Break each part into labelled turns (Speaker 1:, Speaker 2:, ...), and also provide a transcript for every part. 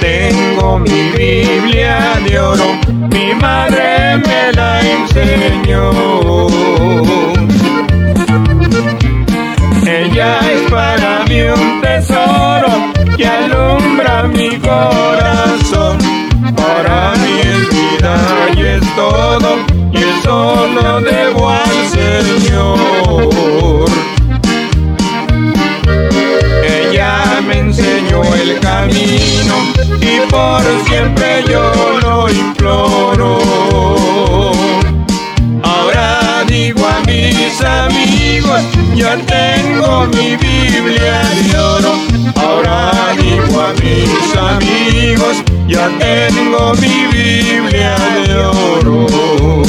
Speaker 1: tengo mi Biblia de oro, mi madre me la enseñó. Ella es para mí un tesoro que alumbra mi corazón. Para mí es vida y es todo, y el solo debo al Señor. Ella me enseñó el camino y por siempre yo lo imploro. Ahora digo a mis amigos, yo tengo mi Biblia de oro. Ahora digo a mis amigos, yo tengo mi Biblia de oro.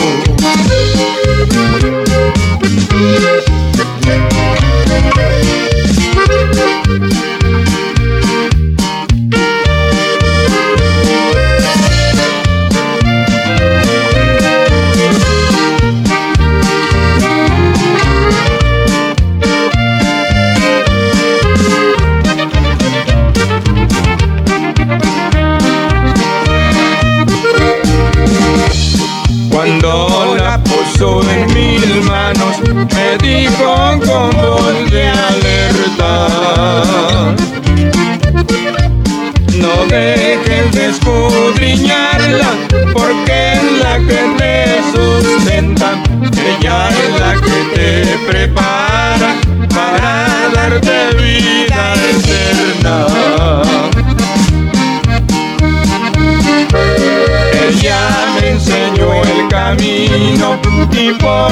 Speaker 1: Cuando la puso en mis manos, me dijo con voz de alerta. No dejes de escudriñarla, porque es la que te sustenta. Ella es la que te prepara para darte vida eterna. Ella me enseñó el camino y por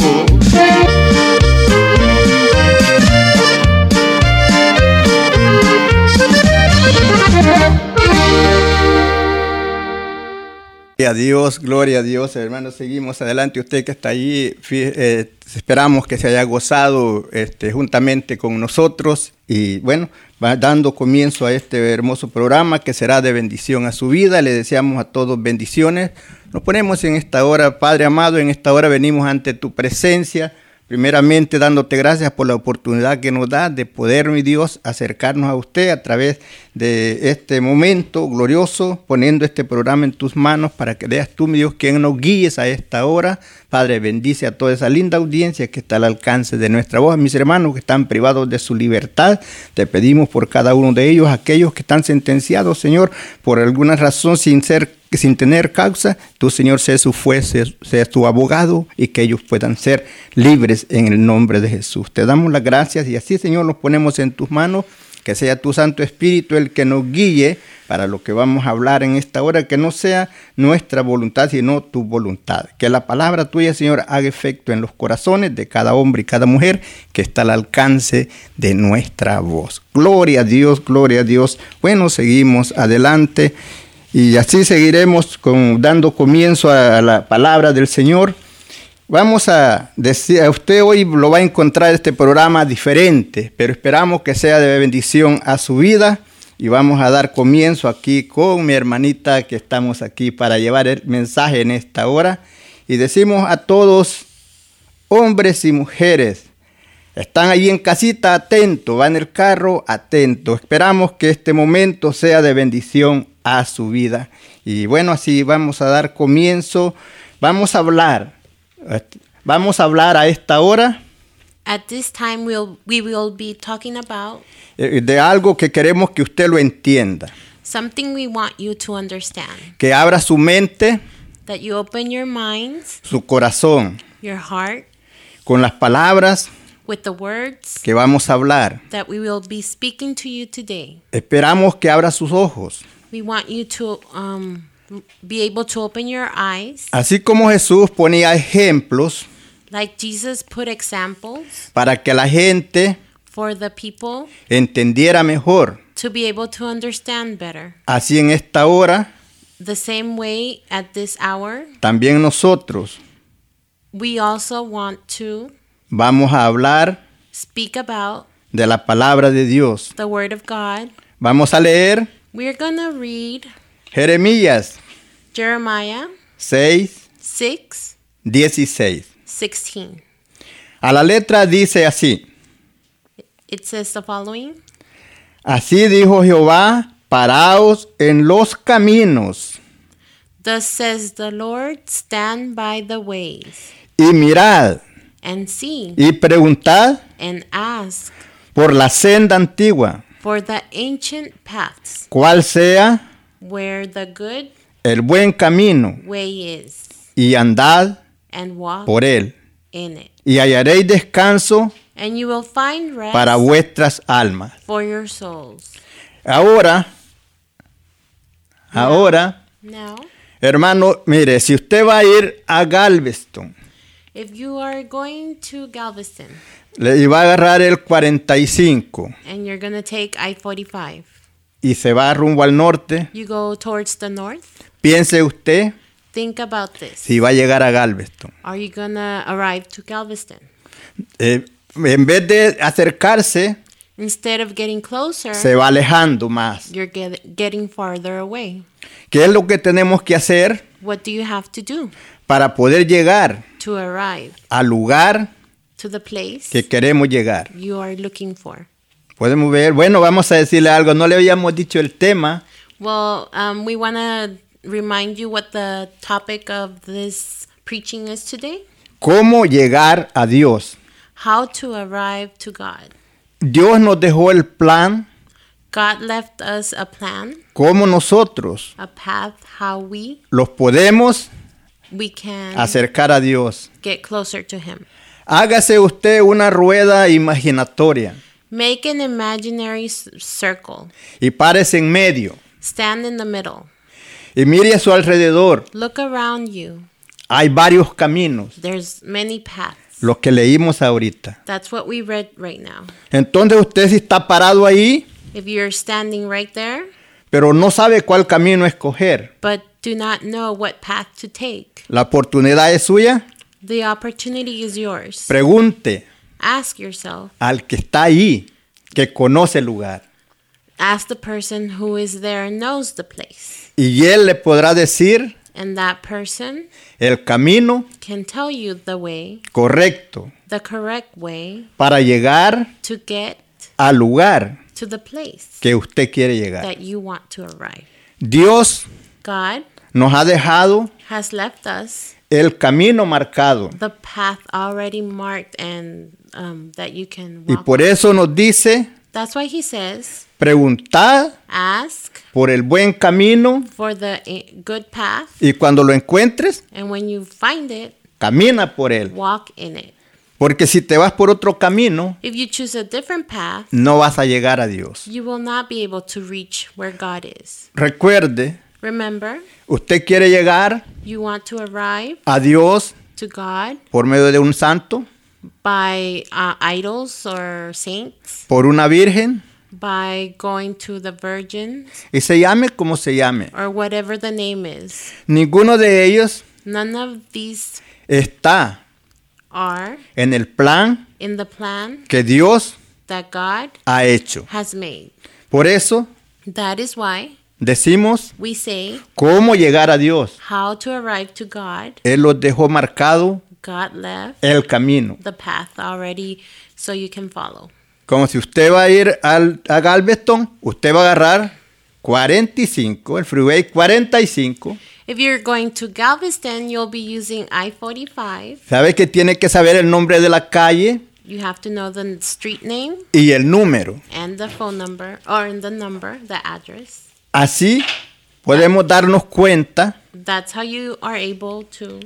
Speaker 2: Gloria a Dios, gloria a Dios, hermanos. Seguimos adelante. Usted que está allí, eh, esperamos que se haya gozado este, juntamente con nosotros. Y bueno, va dando comienzo a este hermoso programa que será de bendición a su vida. Le deseamos a todos bendiciones. Nos ponemos en esta hora, Padre amado, en esta hora venimos ante tu presencia. Primeramente dándote gracias por la oportunidad que nos da de poder, mi Dios, acercarnos a usted a través de este momento glorioso, poniendo este programa en tus manos para que veas tú, mi Dios, quien nos guíes a esta hora. Padre, bendice a toda esa linda audiencia que está al alcance de nuestra voz. Mis hermanos que están privados de su libertad, te pedimos por cada uno de ellos, aquellos que están sentenciados, Señor, por alguna razón sin ser sin tener causa, tú Señor seas su juez, seas, seas, tu abogado y que ellos puedan ser libres en el nombre de Jesús. Te damos las gracias y así Señor los ponemos en tus manos, que sea tu Santo Espíritu el que nos guíe para lo que vamos a hablar en esta hora, que no sea nuestra voluntad, sino tu voluntad. Que la palabra tuya, Señor, haga efecto en los corazones de cada hombre y cada mujer que está al alcance de nuestra voz. Gloria a Dios, gloria a Dios. Bueno, seguimos adelante. Y así seguiremos con, dando comienzo a la palabra del Señor. Vamos a decir, a usted hoy lo va a encontrar este programa diferente, pero esperamos que sea de bendición a su vida. Y vamos a dar comienzo aquí con mi hermanita que estamos aquí para llevar el mensaje en esta hora. Y decimos a todos, hombres y mujeres, están ahí en casita atento, va en el carro atento. Esperamos que este momento sea de bendición a su vida. Y bueno, así vamos a dar comienzo. Vamos a hablar. Vamos a hablar a esta hora.
Speaker 3: At this time we'll, we will be talking about
Speaker 2: eh, De algo que queremos que usted lo entienda.
Speaker 3: something we want you to understand.
Speaker 2: Que abra su mente,
Speaker 3: That you open your minds,
Speaker 2: su corazón,
Speaker 3: your heart,
Speaker 2: con las palabras
Speaker 3: with the words
Speaker 2: que vamos a hablar.
Speaker 3: that we will be speaking to you today.
Speaker 2: Esperamos que abra sus ojos.
Speaker 3: We want you to um, be able to open your eyes,
Speaker 2: Así como Jesús ponía ejemplos
Speaker 3: like Jesus put examples
Speaker 2: para que la gente
Speaker 3: for the people
Speaker 2: entendiera mejor.
Speaker 3: to be able to understand better.
Speaker 2: Así en esta hora,
Speaker 3: The same way at this hour,
Speaker 2: también nosotros
Speaker 3: we also want to
Speaker 2: vamos a hablar
Speaker 3: speak about
Speaker 2: de la palabra de Dios.
Speaker 3: the Word of God.
Speaker 2: Vamos a leer
Speaker 3: We're going to read
Speaker 2: Jeremías
Speaker 3: Jeremiah
Speaker 2: 6,
Speaker 3: 6
Speaker 2: 16.
Speaker 3: 16.
Speaker 2: A la letra dice así.
Speaker 3: It says the following
Speaker 2: Así dijo Jehová, paraos en los caminos
Speaker 3: Thus says the Lord, stand by the ways
Speaker 2: y mirad
Speaker 3: and see
Speaker 2: y preguntad
Speaker 3: and ask
Speaker 2: por la senda antigua,
Speaker 3: for the ancient paths
Speaker 2: cuál sea
Speaker 3: where the good
Speaker 2: el buen camino
Speaker 3: way is
Speaker 2: y andad
Speaker 3: and walk
Speaker 2: por e-" él
Speaker 3: in it.
Speaker 2: y hallaréis descanso
Speaker 3: And you will find rest
Speaker 2: para vuestras almas.
Speaker 3: for your souls.
Speaker 2: Ahora, ahora,
Speaker 3: Now,
Speaker 2: hermano, mire, si usted va a ir a Galveston
Speaker 3: if you are going to Galveston
Speaker 2: le- y va a agarrar el 45
Speaker 3: and you're going to take I 45,
Speaker 2: y se va rumbo al norte,
Speaker 3: you go towards the north,
Speaker 2: piense usted
Speaker 3: think about this.
Speaker 2: si va a llegar a Galveston.
Speaker 3: Are you going to arrive to Galveston?
Speaker 2: Eh, en vez de acercarse,
Speaker 3: Instead of getting closer,
Speaker 2: se va alejando más.
Speaker 3: you're get, getting farther away.
Speaker 2: ¿Qué es lo que tenemos que hacer
Speaker 3: What do you have to do
Speaker 2: para poder llegar
Speaker 3: to arrive
Speaker 2: al lugar
Speaker 3: to the place
Speaker 2: que queremos llegar?
Speaker 3: you are looking for?
Speaker 2: Podemos ver, bueno, vamos a decirle algo, no le habíamos dicho el tema,
Speaker 3: Well, um, we want to remind you what the topic of this preaching is today
Speaker 2: cómo llegar a Dios.
Speaker 3: how to arrive to God.
Speaker 2: Dios nos dejó el plan,
Speaker 3: God left us a plan,
Speaker 2: cómo nosotros
Speaker 3: a path, how we
Speaker 2: los podemos
Speaker 3: we can
Speaker 2: acercar a Dios.
Speaker 3: get closer to Him.
Speaker 2: Hágase usted una rueda imaginatoria
Speaker 3: Make an imaginary s- circle.
Speaker 2: y párese en medio
Speaker 3: Stand in the middle.
Speaker 2: y mire a su alrededor.
Speaker 3: Look around you.
Speaker 2: Hay varios caminos,
Speaker 3: There's many paths.
Speaker 2: los que leímos ahorita.
Speaker 3: That's what we read right now.
Speaker 2: Entonces usted si está parado ahí,
Speaker 3: If you're standing right there,
Speaker 2: pero no sabe cuál camino escoger,
Speaker 3: but do not know what path to take,
Speaker 2: la oportunidad es suya,
Speaker 3: the opportunity is yours.
Speaker 2: pregunte
Speaker 3: Ask yourself,
Speaker 2: al que está ahí, que conoce el lugar,
Speaker 3: ask the person who is there and knows the place.
Speaker 2: y él le podrá decir
Speaker 3: And that person
Speaker 2: el camino
Speaker 3: can tell you the way,
Speaker 2: correcto
Speaker 3: the correct way
Speaker 2: para llegar
Speaker 3: to get
Speaker 2: al lugar
Speaker 3: to the place
Speaker 2: que usted quiere llegar.
Speaker 3: that you want to arrive.
Speaker 2: Dios
Speaker 3: God
Speaker 2: nos ha dejado
Speaker 3: has left us
Speaker 2: el camino marcado
Speaker 3: the path already marked and um, that you can
Speaker 2: y
Speaker 3: walk.
Speaker 2: por e- eso nos dice,
Speaker 3: That's why he says,
Speaker 2: preguntad
Speaker 3: ask
Speaker 2: por el buen camino
Speaker 3: for the eh, good path,
Speaker 2: y cuando lo encuentres,
Speaker 3: and when you find it,
Speaker 2: camina por él.
Speaker 3: walk in it.
Speaker 2: Porque si te vas por otro camino,
Speaker 3: If you choose a different path,
Speaker 2: no vas a llegar a Dios.
Speaker 3: you will not be able to reach where God is.
Speaker 2: Recuerde,
Speaker 3: Remember,
Speaker 2: usted quiere llegar
Speaker 3: you want to arrive
Speaker 2: a Dios
Speaker 3: to God
Speaker 2: por medio de un santo,
Speaker 3: by uh, idols or saints,
Speaker 2: por una virgen,
Speaker 3: by going to the virgins
Speaker 2: y se llame como se llame.
Speaker 3: or whatever the name is.
Speaker 2: Ninguno de ellos
Speaker 3: None of these
Speaker 2: está
Speaker 3: are
Speaker 2: en el plan
Speaker 3: in the plan
Speaker 2: que Dios
Speaker 3: that God
Speaker 2: ha hecho.
Speaker 3: has made.
Speaker 2: Por eso
Speaker 3: That is why
Speaker 2: decimos
Speaker 3: we say
Speaker 2: cómo llegar a Dios.
Speaker 3: how to arrive to God.
Speaker 2: Él los dejó marcado
Speaker 3: God left
Speaker 2: el camino.
Speaker 3: the path already so you can follow.
Speaker 2: Como si usted va a ir al, a Galveston, usted va a agarrar 45, el freeway 45.
Speaker 3: If you're going to Galveston, you'll be using I 45.
Speaker 2: Sabe que tiene que saber el nombre de la calle
Speaker 3: You have to know the street name
Speaker 2: y el número.
Speaker 3: and the phone number, or in the number, the address.
Speaker 2: Así podemos darnos cuenta
Speaker 3: That's how you are able to.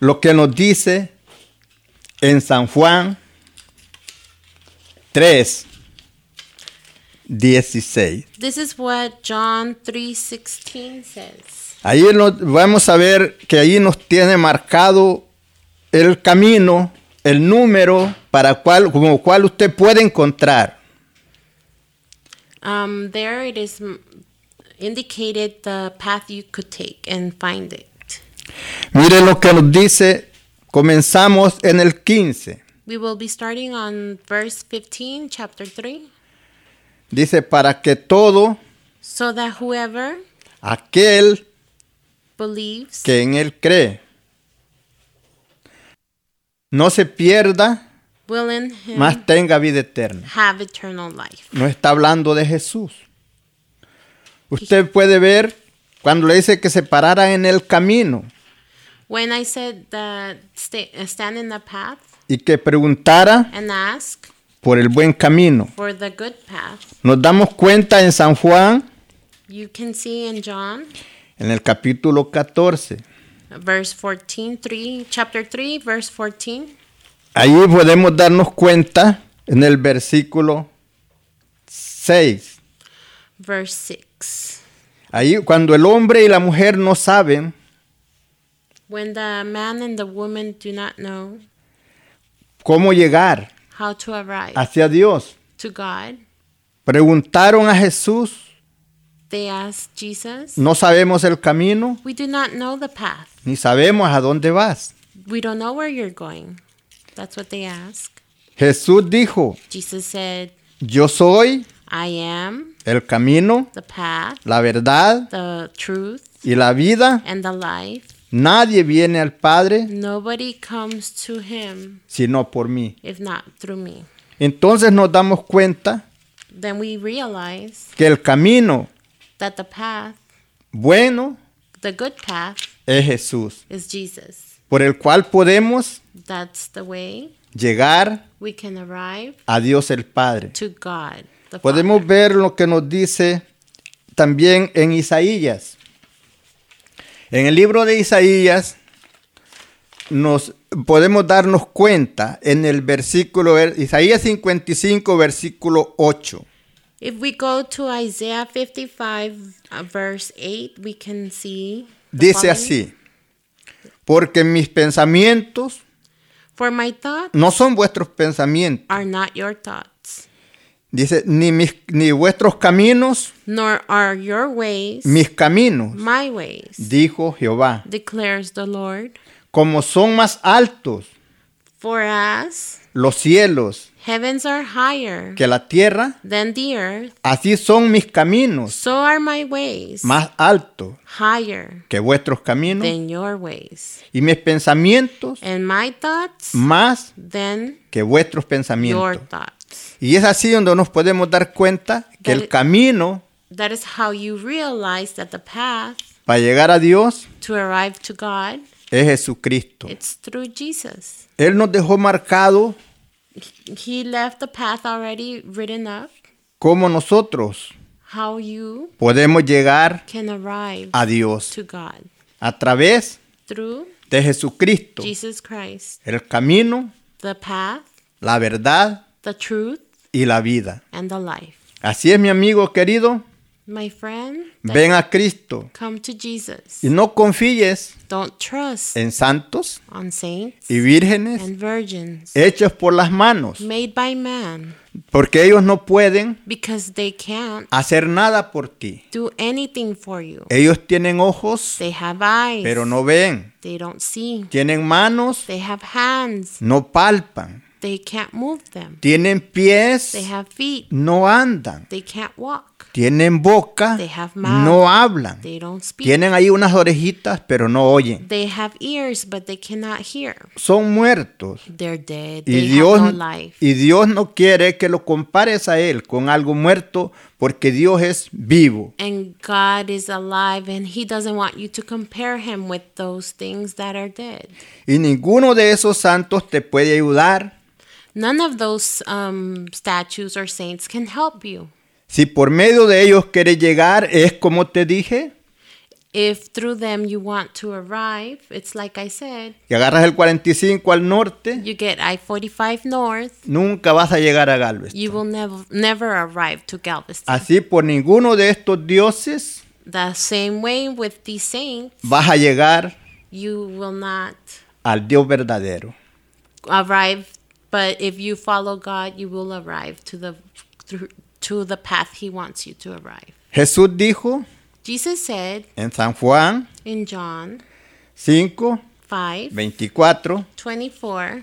Speaker 2: lo que nos dice en San Juan 3, 16.
Speaker 3: This is what John 3:16 says.
Speaker 2: Ahí nos- vamos a ver que ahí nos tiene marcado el camino, el número para cual, como cual usted puede encontrar.
Speaker 3: Um, there it is mm, indicated the path you could take and find it.
Speaker 2: Mire lo que nos dice, comenzamos en el 15.
Speaker 3: We will be starting on verse 15, chapter 3.
Speaker 2: Dice, para que todo
Speaker 3: So that whoever
Speaker 2: aquel
Speaker 3: believes
Speaker 2: que en él cree no se pierda,
Speaker 3: will in him
Speaker 2: mas tenga vida eterna.
Speaker 3: have eternal life.
Speaker 2: No está hablando de Jesús. Usted puede ver cuando le dice que se parara en el camino
Speaker 3: When I said that stay, uh, stand in the path
Speaker 2: y que preguntara
Speaker 3: and ask
Speaker 2: por el buen camino.
Speaker 3: for the good path,
Speaker 2: Nos damos cuenta en San Juan,
Speaker 3: you can see in John
Speaker 2: en el capítulo 14.
Speaker 3: verse 14, 3, chapter 3, verse 14.
Speaker 2: Ahí podemos darnos cuenta en el versículo 6.
Speaker 3: verse 6.
Speaker 2: Ahí cuando el hombre y la mujer no saben,
Speaker 3: When the man and the woman do not know
Speaker 2: cómo llegar
Speaker 3: how to arrive
Speaker 2: hacia Dios.
Speaker 3: to God,
Speaker 2: Preguntaron a Jesús,
Speaker 3: they ask Jesus,
Speaker 2: no sabemos el camino,
Speaker 3: We do not know the path.
Speaker 2: ni sabemos a dónde vas.
Speaker 3: We don't know where you're going. That's what they ask.
Speaker 2: Jesús dijo,
Speaker 3: Jesus said,
Speaker 2: yo soy
Speaker 3: I am
Speaker 2: el camino,
Speaker 3: the path,
Speaker 2: la verdad
Speaker 3: the truth,
Speaker 2: y la vida.
Speaker 3: and the life.
Speaker 2: Nadie viene al Padre
Speaker 3: Nobody comes to him
Speaker 2: sino por mí.
Speaker 3: if not through me.
Speaker 2: Entonces nos damos cuenta
Speaker 3: Then we realize
Speaker 2: que el camino
Speaker 3: that the path,
Speaker 2: bueno
Speaker 3: the good path,
Speaker 2: es Jesús,
Speaker 3: is Jesus.
Speaker 2: por el cual podemos
Speaker 3: That's the way
Speaker 2: llegar
Speaker 3: we can arrive
Speaker 2: a Dios el Padre.
Speaker 3: to God. The
Speaker 2: Podemos
Speaker 3: Father.
Speaker 2: ver lo que nos dice también en Isaías. En el libro de Isaías nos podemos darnos cuenta en el versículo Isaías 55 versículo 8.
Speaker 3: If we go to Isaiah 55, uh, verse 8, we can see. the
Speaker 2: Dice
Speaker 3: following.
Speaker 2: así: Porque mis pensamientos
Speaker 3: For my thoughts
Speaker 2: no son vuestros pensamientos.
Speaker 3: are not your thoughts,
Speaker 2: Dice, ni, mis, ni vuestros caminos,
Speaker 3: nor are your ways
Speaker 2: mis caminos,
Speaker 3: my ways,
Speaker 2: dijo Jehová.
Speaker 3: declares the Lord.
Speaker 2: Como son más altos
Speaker 3: For as
Speaker 2: los cielos
Speaker 3: heavens are higher
Speaker 2: que la tierra,
Speaker 3: than the earth,
Speaker 2: así son mis caminos
Speaker 3: so are my ways
Speaker 2: más altos
Speaker 3: higher
Speaker 2: que vuestros caminos,
Speaker 3: than your ways,
Speaker 2: y mis pensamientos
Speaker 3: and my thoughts
Speaker 2: más
Speaker 3: than
Speaker 2: que vuestros
Speaker 3: your
Speaker 2: pensamientos.
Speaker 3: thoughts.
Speaker 2: Y es así donde nos podemos dar cuenta que el camino
Speaker 3: That is how you realize that the path
Speaker 2: para llegar a Dios
Speaker 3: to arrive to God,
Speaker 2: es Jesucristo.
Speaker 3: it's through Jesus.
Speaker 2: Él nos dejó marcado
Speaker 3: He left the path already written up,
Speaker 2: cómo nosotros
Speaker 3: how you
Speaker 2: podemos llegar
Speaker 3: can arrive
Speaker 2: a Dios.
Speaker 3: to God
Speaker 2: a través
Speaker 3: through
Speaker 2: de Jesucristo,
Speaker 3: Jesus Christ,
Speaker 2: el camino,
Speaker 3: the path,
Speaker 2: la verdad
Speaker 3: the truth,
Speaker 2: y la vida.
Speaker 3: and the life.
Speaker 2: Así es, mi amigo querido,
Speaker 3: My friend, that
Speaker 2: ven a Cristo
Speaker 3: come to Jesus.
Speaker 2: y no confíes
Speaker 3: Don't trust
Speaker 2: en santos
Speaker 3: on saints
Speaker 2: y vírgenes
Speaker 3: and virgins
Speaker 2: hechos por las manos,
Speaker 3: made by man
Speaker 2: porque ellos no pueden
Speaker 3: because they can't
Speaker 2: hacer nada por ti.
Speaker 3: do anything for you.
Speaker 2: Ellos tienen ojos,
Speaker 3: They have eyes,
Speaker 2: pero no ven.
Speaker 3: they don't see.
Speaker 2: Tienen manos,
Speaker 3: They have hands,
Speaker 2: no palpan.
Speaker 3: they can't move them.
Speaker 2: Tienen
Speaker 3: They
Speaker 2: pies,
Speaker 3: have feet,
Speaker 2: no andan.
Speaker 3: they can't walk.
Speaker 2: Tienen boca,
Speaker 3: They have mouth.
Speaker 2: no hablan.
Speaker 3: They don't speak.
Speaker 2: Tienen ahí unas orejitas, pero no oyen.
Speaker 3: They have ears, but they cannot hear.
Speaker 2: Son muertos.
Speaker 3: They're dead.
Speaker 2: Y
Speaker 3: They
Speaker 2: Dios,
Speaker 3: have no life.
Speaker 2: y Dios no quiere que lo compares a Él con algo muerto, porque Dios es vivo.
Speaker 3: And God is alive, and He doesn't want you to compare Him with those things that are dead.
Speaker 2: Y ninguno de esos santos te puede ayudar
Speaker 3: None of those um, statues or saints can help you.
Speaker 2: si por medio de ellos quieres llegar. Es como te dije,
Speaker 3: If through them you want to arrive, it's like I said,
Speaker 2: que agarras el 45 al norte,
Speaker 3: you get I 45 north,
Speaker 2: nunca vas a llegar a Galveston.
Speaker 3: you will never never arrive to Galveston.
Speaker 2: Así por ninguno de estos dioses
Speaker 3: The same way with the saints,
Speaker 2: vas a llegar
Speaker 3: you will not
Speaker 2: al Dios verdadero.
Speaker 3: arrive, but if you follow God, you will arrive to the through- to the path he wants you to arrive.
Speaker 2: Jesús dijo
Speaker 3: Jesus said
Speaker 2: en San Juan
Speaker 3: in John
Speaker 2: 5,
Speaker 3: 5,
Speaker 2: 24,
Speaker 3: 24,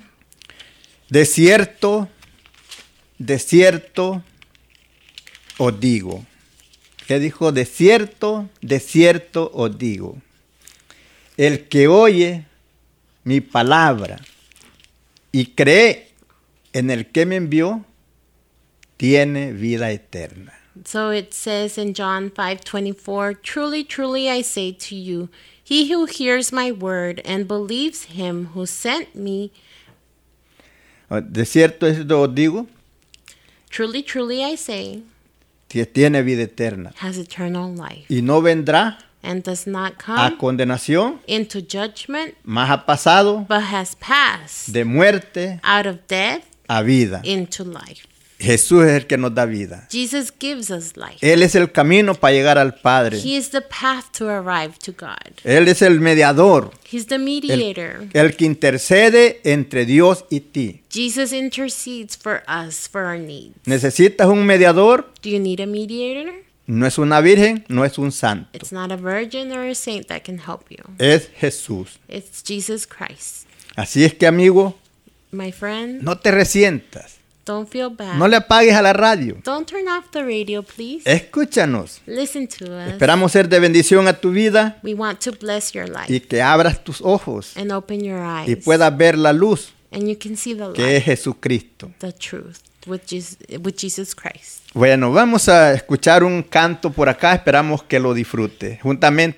Speaker 2: Desierto, desierto, os digo. ¿Qué dijo? Desierto, desierto, os digo. El que oye mi palabra y cree en el que me envió, tiene vida eterna.
Speaker 3: So it says in John 5:24, "Truly, truly I say to you, he who hears my word and believes him who sent me,
Speaker 2: Ah, Desierto, esto os digo,
Speaker 3: truly, truly I say,
Speaker 2: que tiene vida eterna.
Speaker 3: has eternal life
Speaker 2: Y no vendrá
Speaker 3: and does not come
Speaker 2: a condenación,
Speaker 3: into judgment,
Speaker 2: más ha pasado
Speaker 3: but has passed
Speaker 2: de muerte
Speaker 3: out of death
Speaker 2: a vida.
Speaker 3: into life."
Speaker 2: Jesús es el que nos da vida.
Speaker 3: Jesus gives us life.
Speaker 2: Él es el camino para llegar al Padre.
Speaker 3: He is the path to arrive to God.
Speaker 2: Él es el mediador,
Speaker 3: He's the mediator.
Speaker 2: el, el que intercede entre Dios y ti.
Speaker 3: Jesus intercedes for us for our needs.
Speaker 2: ¿Necesitas un mediador?
Speaker 3: Do you need a mediator?
Speaker 2: No es una virgen, no es un santo.
Speaker 3: It's not a virgin or a saint that can help you.
Speaker 2: Es Jesús.
Speaker 3: It's Jesus Christ.
Speaker 2: Así es que, amigo,
Speaker 3: My friend,
Speaker 2: no te resientas.
Speaker 3: don't feel bad.
Speaker 2: No le Eh. apagues a la radio.
Speaker 3: Don't turn off the radio, please.
Speaker 2: Escúchanos.
Speaker 3: Listen to us.
Speaker 2: Esperamos ser de bendición a tu vida
Speaker 3: We want to bless your life
Speaker 2: y que abras tus ojos
Speaker 3: and open your
Speaker 2: y
Speaker 3: eyes.
Speaker 2: puedas ver la luz
Speaker 3: And you can see the
Speaker 2: que es
Speaker 3: light,
Speaker 2: Jesucristo.
Speaker 3: the truth with Jesus, with Jesus Christ.
Speaker 2: Bueno, vamos a escuchar un canto por acá. Esperamos que lo disfrute. Juntamente.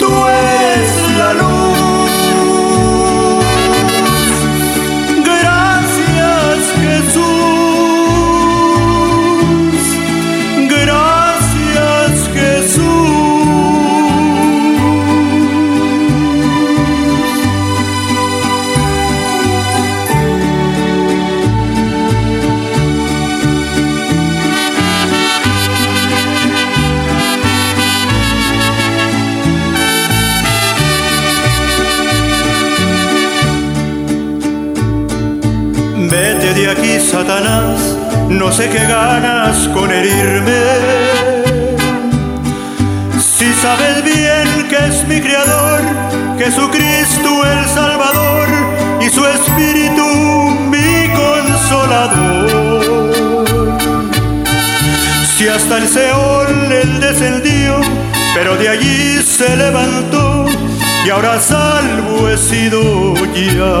Speaker 4: Tú eres la luz. Gracias Jesús, gracias Jesús. Vete de aquí, Satanás, no sé qué ganas con herirme. Si sabes bien que es mi Creador, Jesucristo el Salvador y su Espíritu mi consolador. Si hasta el Seol él descendió, pero de allí se levantó y ahora salvo he sido ya.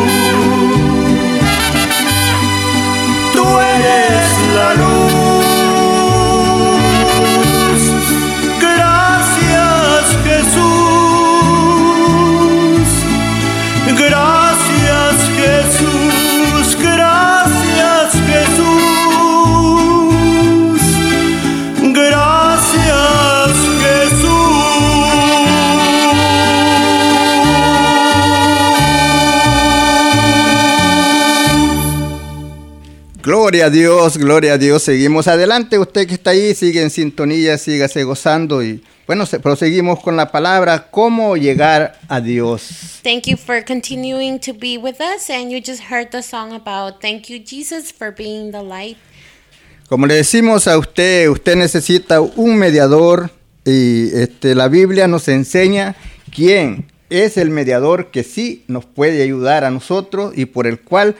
Speaker 4: Tú eres la luz. Gracias Jesús. Gracias Jesús.
Speaker 2: Gloria a Dios, gloria a Dios. Seguimos adelante. Usted que está ahí, sigue en sintonía, sígase gozando. Y bueno, se- proseguimos con la palabra, cómo llegar a Dios.
Speaker 3: Thank you for continuing to be with us. And you just heard the song about Thank You, Jesus, for being the light.
Speaker 2: Como le decimos a usted, usted necesita un mediador y este, la Biblia nos enseña quién es el mediador que sí nos puede ayudar a nosotros y por el cual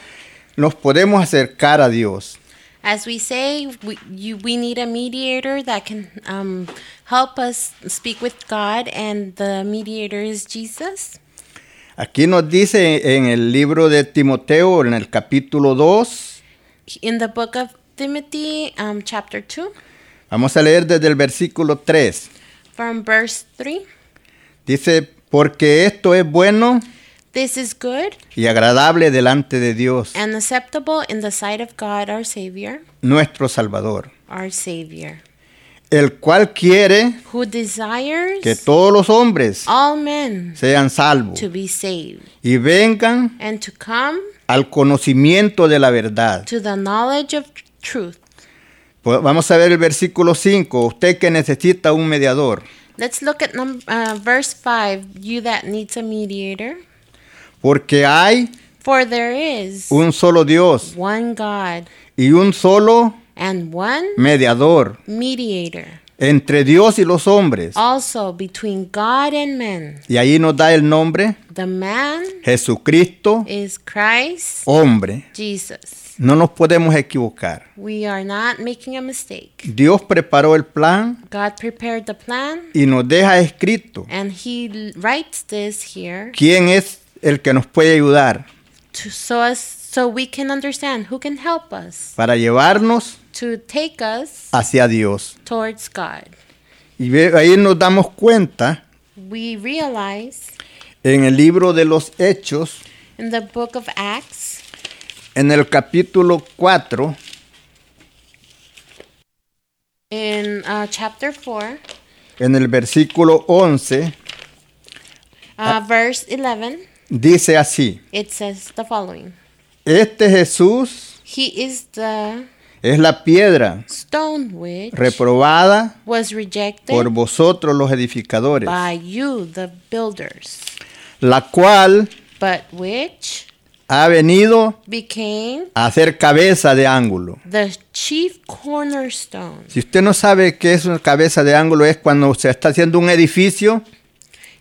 Speaker 2: nos podemos acercar a Dios.
Speaker 3: As we say, we, you, we need a mediator that can um, help us speak with God, and the mediator is Jesus.
Speaker 2: Aquí nos dice en el libro de Timoteo, en el capítulo 2,
Speaker 3: In the book of Timothy, um, chapter 2,
Speaker 2: vamos a leer desde el versículo 3.
Speaker 3: from verse 3,
Speaker 2: Dice, porque esto es bueno
Speaker 3: this is good
Speaker 2: y agradable delante de Dios,
Speaker 3: and acceptable in the sight of God our Savior,
Speaker 2: nuestro Salvador,
Speaker 3: our Savior,
Speaker 2: el cual quiere
Speaker 3: who desires
Speaker 2: que todos los hombres
Speaker 3: all men
Speaker 2: sean salvos
Speaker 3: to be saved
Speaker 2: y vengan
Speaker 3: and to come
Speaker 2: al conocimiento de la verdad.
Speaker 3: to the knowledge of tr- truth.
Speaker 2: Pues vamos a ver el versículo 5, usted que necesita un mediador,
Speaker 3: Let's look at num- uh, verse 5, you that needs a mediator.
Speaker 2: porque hay
Speaker 3: For there is
Speaker 2: un solo Dios
Speaker 3: one God
Speaker 2: y un solo
Speaker 3: and one
Speaker 2: mediador
Speaker 3: mediator,
Speaker 2: entre Dios y los hombres.
Speaker 3: Ah. also between God and men.
Speaker 2: Y ahí nos da el nombre
Speaker 3: The man
Speaker 2: Jesucristo,
Speaker 3: is Christ
Speaker 2: hombre.
Speaker 3: Jesus.
Speaker 2: No nos podemos equivocar.
Speaker 3: We are not making a mistake.
Speaker 2: Dios preparó el plan
Speaker 3: God prepared the plan,
Speaker 2: y nos deja escrito
Speaker 3: and He l- writes this here
Speaker 2: quién es el que nos puede ayudar
Speaker 3: to so us so we can understand who can help us
Speaker 2: para llevarnos
Speaker 3: to take us
Speaker 2: hacia Dios.
Speaker 3: towards God.
Speaker 2: Y ve- ahí nos damos cuenta
Speaker 3: We realize
Speaker 2: en el libro de los Hechos,
Speaker 3: in the book of Acts,
Speaker 2: en el capítulo 4,
Speaker 3: in uh, chapter 4,
Speaker 2: en el versículo 11,
Speaker 3: uh, verse 11.
Speaker 2: dice así,
Speaker 3: It says the following
Speaker 2: este Jesús
Speaker 3: He is the
Speaker 2: es la piedra
Speaker 3: stone which
Speaker 2: reprobada
Speaker 3: was rejected
Speaker 2: por vosotros los edificadores,
Speaker 3: by you, the builders,
Speaker 2: la cual
Speaker 3: but which
Speaker 2: ha venido
Speaker 3: became
Speaker 2: a ser cabeza de ángulo.
Speaker 3: the chief cornerstone.
Speaker 2: Si usted no sabe qué es una cabeza de ángulo, es cuando se está haciendo un edificio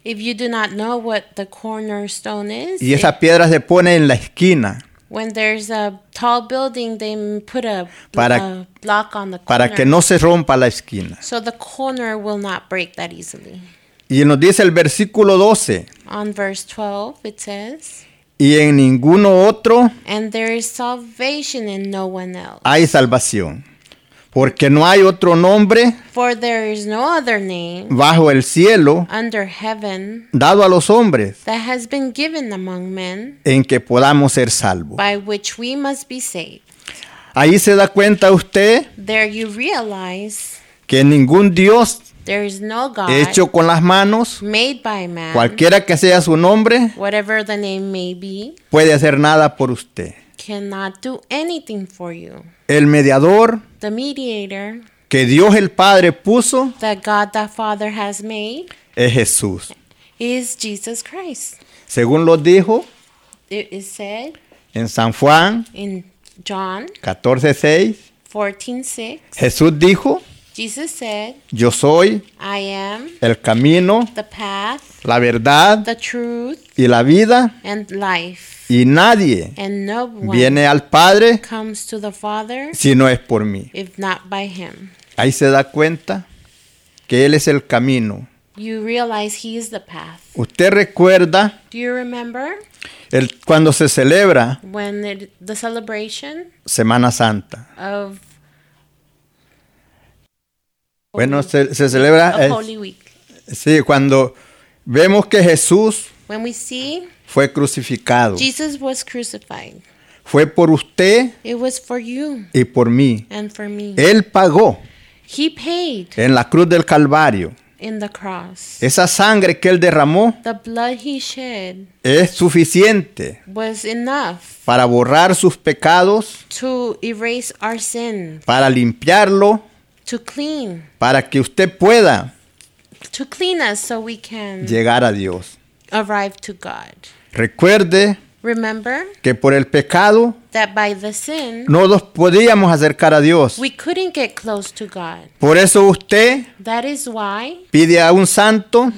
Speaker 3: If you do not know what the cornerstone is,
Speaker 2: y
Speaker 3: it-
Speaker 2: esa piedra se pone en la esquina
Speaker 3: when there's a tall building, they m- put a,
Speaker 2: Para-
Speaker 3: a block on the corner.
Speaker 2: para que no se rompa la esquina.
Speaker 3: so the corner will not break that easily.
Speaker 2: Y nos dice el versículo 12,
Speaker 3: On verse 12, it says,
Speaker 2: y en ninguno otro
Speaker 3: And there is salvation in no one else.
Speaker 2: hay salvación, porque no hay otro nombre
Speaker 3: For there is no other name
Speaker 2: bajo el cielo
Speaker 3: under heaven
Speaker 2: dado a los hombres
Speaker 3: that has been given among men
Speaker 2: en que podamos ser salvos.
Speaker 3: by which we must be saved.
Speaker 2: Ahí se da cuenta usted
Speaker 3: There you realize
Speaker 2: que ningún Dios
Speaker 3: there is no God
Speaker 2: hecho con las manos,
Speaker 3: made by man,
Speaker 2: cualquiera que sea su nombre,
Speaker 3: whatever the name may be,
Speaker 2: puede hacer nada por usted.
Speaker 3: cannot do anything for you.
Speaker 2: El mediador
Speaker 3: The mediator
Speaker 2: que Dios el Padre puso
Speaker 3: that God the Father has made
Speaker 2: es Jesús.
Speaker 3: is Jesus Christ.
Speaker 2: Según lo dijo
Speaker 3: It is said
Speaker 2: en San Juan
Speaker 3: in John
Speaker 2: 14:6,
Speaker 3: 14:6.
Speaker 2: Jesús dijo,
Speaker 3: Jesus said,
Speaker 2: yo soy
Speaker 3: "I am
Speaker 2: el camino,
Speaker 3: the path,
Speaker 2: la verdad
Speaker 3: the truth,
Speaker 2: y la vida,
Speaker 3: and life,
Speaker 2: y nadie
Speaker 3: and no one
Speaker 2: viene al Padre
Speaker 3: comes to the Father
Speaker 2: si no es por mí.
Speaker 3: if not by Him.
Speaker 2: Ahí se da cuenta que Él es el camino.
Speaker 3: You realize He is the path.
Speaker 2: Usted recuerda
Speaker 3: Do you remember
Speaker 2: el- cuando se celebra
Speaker 3: when it, the celebration
Speaker 2: Semana Santa.
Speaker 3: of
Speaker 2: Bueno, se, se celebra,
Speaker 3: of
Speaker 2: eh,
Speaker 3: Holy Week
Speaker 2: sí, cuando vemos que Jesús
Speaker 3: when we see
Speaker 2: fue crucificado.
Speaker 3: Jesus was crucified?
Speaker 2: Fue por usted
Speaker 3: It was for you
Speaker 2: y por mí. Eh
Speaker 3: and for me.
Speaker 2: Él pagó
Speaker 3: He paid
Speaker 2: en la cruz del Calvario
Speaker 3: in the cross.
Speaker 2: Esa sangre que Él derramó
Speaker 3: The blood he shed
Speaker 2: es suficiente
Speaker 3: was enough
Speaker 2: para borrar sus pecados,
Speaker 3: to erase our sin,
Speaker 2: para limpiarlo,
Speaker 3: to clean,
Speaker 2: para que usted pueda
Speaker 3: to clean us so we can
Speaker 2: llegar a Dios.
Speaker 3: arrive to God.
Speaker 2: Recuerde
Speaker 3: Remember
Speaker 2: que por el pecado
Speaker 3: that by the sin,
Speaker 2: no nos podíamos acercar a Dios.
Speaker 3: we couldn't get close to God.
Speaker 2: Por eso usted
Speaker 3: That is why
Speaker 2: pide a un santo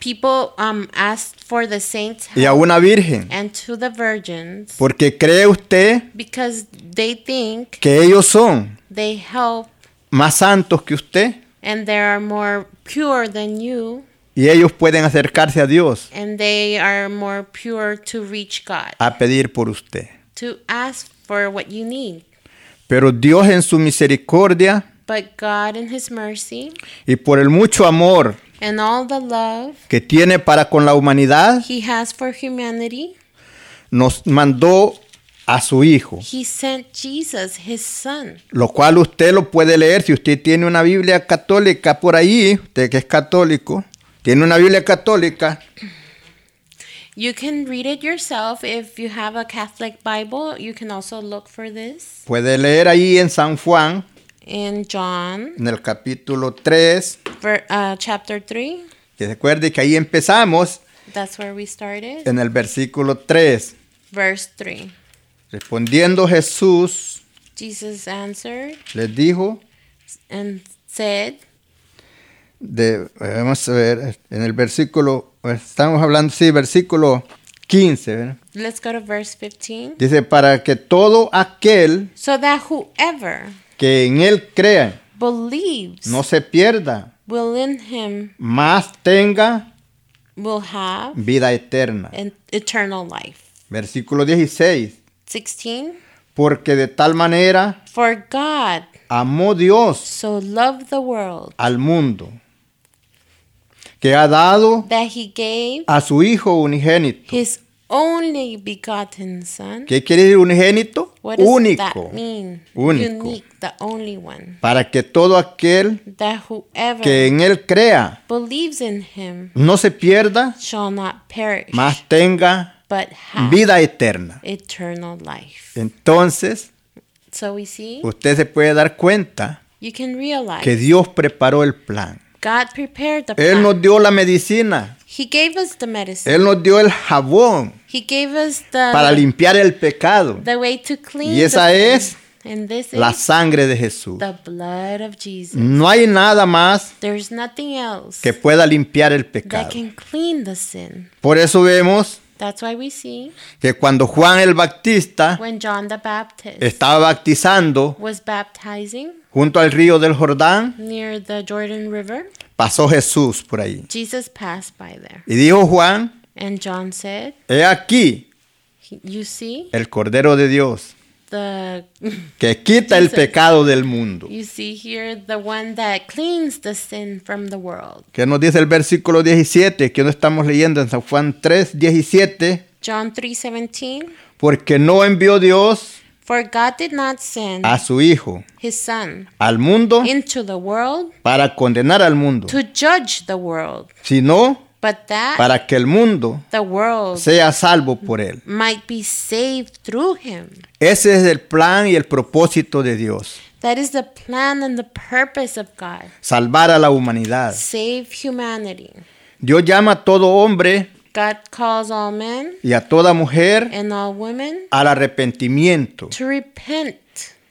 Speaker 3: people um, asked for the saints'
Speaker 2: y a
Speaker 3: help
Speaker 2: una virgen,
Speaker 3: and to the virgins
Speaker 2: porque cree usted
Speaker 3: because they think
Speaker 2: que ellos son
Speaker 3: they help
Speaker 2: más santos que usted
Speaker 3: and they are more pure than you
Speaker 2: y ellos pueden acercarse a Dios
Speaker 3: and they are more pure to reach God,
Speaker 2: a pedir por usted.
Speaker 3: to ask for what you need.
Speaker 2: Pero Dios en su misericordia
Speaker 3: But God, in His mercy
Speaker 2: y por el mucho amor
Speaker 3: and all the love
Speaker 2: que tiene para con la humanidad,
Speaker 3: He has for humanity,
Speaker 2: nos mandó a su Hijo,
Speaker 3: He sent Jesus, His Son.
Speaker 2: lo cual usted lo puede leer si usted tiene una Biblia católica por ahí, usted que es católico, tiene una Biblia católica,
Speaker 3: You can read it yourself. If you have a Catholic Bible, you can also look for this
Speaker 2: puede leer ahí en San Juan,
Speaker 3: in John
Speaker 2: en el capítulo 3,
Speaker 3: ver, uh, chapter 3.
Speaker 2: que recuerde que ahí empezamos
Speaker 3: That's where we started.
Speaker 2: en el versículo 3,
Speaker 3: Verse 3.
Speaker 2: respondiendo Jesús
Speaker 3: Jesus answered
Speaker 2: les dijo,
Speaker 3: and said,
Speaker 2: de- eh, vamos a ver, en el versículo, estamos hablando, sí, versículo 15, ¿verdad?
Speaker 3: Let's go to verse 15.
Speaker 2: dice, para que todo aquel
Speaker 3: So that whoever
Speaker 2: que en él crea
Speaker 3: believes
Speaker 2: no se pierda,
Speaker 3: will in him
Speaker 2: más tenga
Speaker 3: will have
Speaker 2: vida eterna.
Speaker 3: an eternal life.
Speaker 2: Versículo 16,
Speaker 3: 16.
Speaker 2: porque de tal manera
Speaker 3: For God
Speaker 2: amó Dios
Speaker 3: so loved the world
Speaker 2: al mundo, que ha dado
Speaker 3: that he gave
Speaker 2: a su Hijo unigénito.
Speaker 3: his only begotten son.
Speaker 2: ¿Qué quiere decir unigénito?
Speaker 3: What does
Speaker 2: Único.
Speaker 3: that mean?
Speaker 2: Único.
Speaker 3: Unique, the only one.
Speaker 2: Para que todo aquel
Speaker 3: That whoever
Speaker 2: que en él crea
Speaker 3: believes in him
Speaker 2: no se pierda,
Speaker 3: shall not perish,
Speaker 2: más tenga
Speaker 3: but have
Speaker 2: vida eterna.
Speaker 3: eternal life.
Speaker 2: Entonces,
Speaker 3: So we see,
Speaker 2: usted se puede dar cuenta
Speaker 3: you can realize
Speaker 2: que Dios preparó el plan.
Speaker 3: God prepared the
Speaker 2: Él
Speaker 3: plan.
Speaker 2: nos dio la medicina,
Speaker 3: he gave us the medicine.
Speaker 2: Él nos dio el jabón
Speaker 3: he gave us the
Speaker 2: para limpiar el pecado,
Speaker 3: the way to clean.
Speaker 2: Y esa
Speaker 3: the sin.
Speaker 2: es
Speaker 3: and this
Speaker 2: la
Speaker 3: is
Speaker 2: sangre de Jesús.
Speaker 3: the blood of Jesus.
Speaker 2: No hay nada más
Speaker 3: There's nothing else
Speaker 2: Mm. que pueda limpiar el
Speaker 3: that
Speaker 2: pecado.
Speaker 3: can clean the sin.
Speaker 2: Por eso vemos
Speaker 3: That's why we see
Speaker 2: que cuando Juan el Bautista
Speaker 3: when John the Baptist
Speaker 2: estaba bautizando
Speaker 3: was baptizing
Speaker 2: junto al río del Jordán,
Speaker 3: near the Jordan River,
Speaker 2: pasó Jesús por ahí.
Speaker 3: Jesus passed by there.
Speaker 2: Y dijo Juan,
Speaker 3: And John said,
Speaker 2: he aquí
Speaker 3: You see
Speaker 2: el Cordero de Dios
Speaker 3: the
Speaker 2: que quita el
Speaker 3: Jesus.
Speaker 2: pecado del mundo.
Speaker 3: you see here the one that cleans the sin from the world.
Speaker 2: ¿Qué nos dice el versículo 17 que no estamos leyendo en San Juan 3, 17?
Speaker 3: John 3:17
Speaker 2: Porque no envió Dios
Speaker 3: For God did not send
Speaker 2: a su Hijo
Speaker 3: his son
Speaker 2: al mundo
Speaker 3: into the world
Speaker 2: para condenar al mundo,
Speaker 3: to judge the world,
Speaker 2: sino
Speaker 3: but that
Speaker 2: para que el mundo
Speaker 3: the world
Speaker 2: sea salvo por él.
Speaker 3: might be saved through him.
Speaker 2: Ese es el plan y el propósito de Dios,
Speaker 3: That is the plan and the purpose of God.
Speaker 2: salvar a la humanidad.
Speaker 3: Save humanity.
Speaker 2: Dios llama a todo hombre
Speaker 3: God calls all men
Speaker 2: y a toda mujer
Speaker 3: and all women
Speaker 2: al arrepentimiento,
Speaker 3: to repent,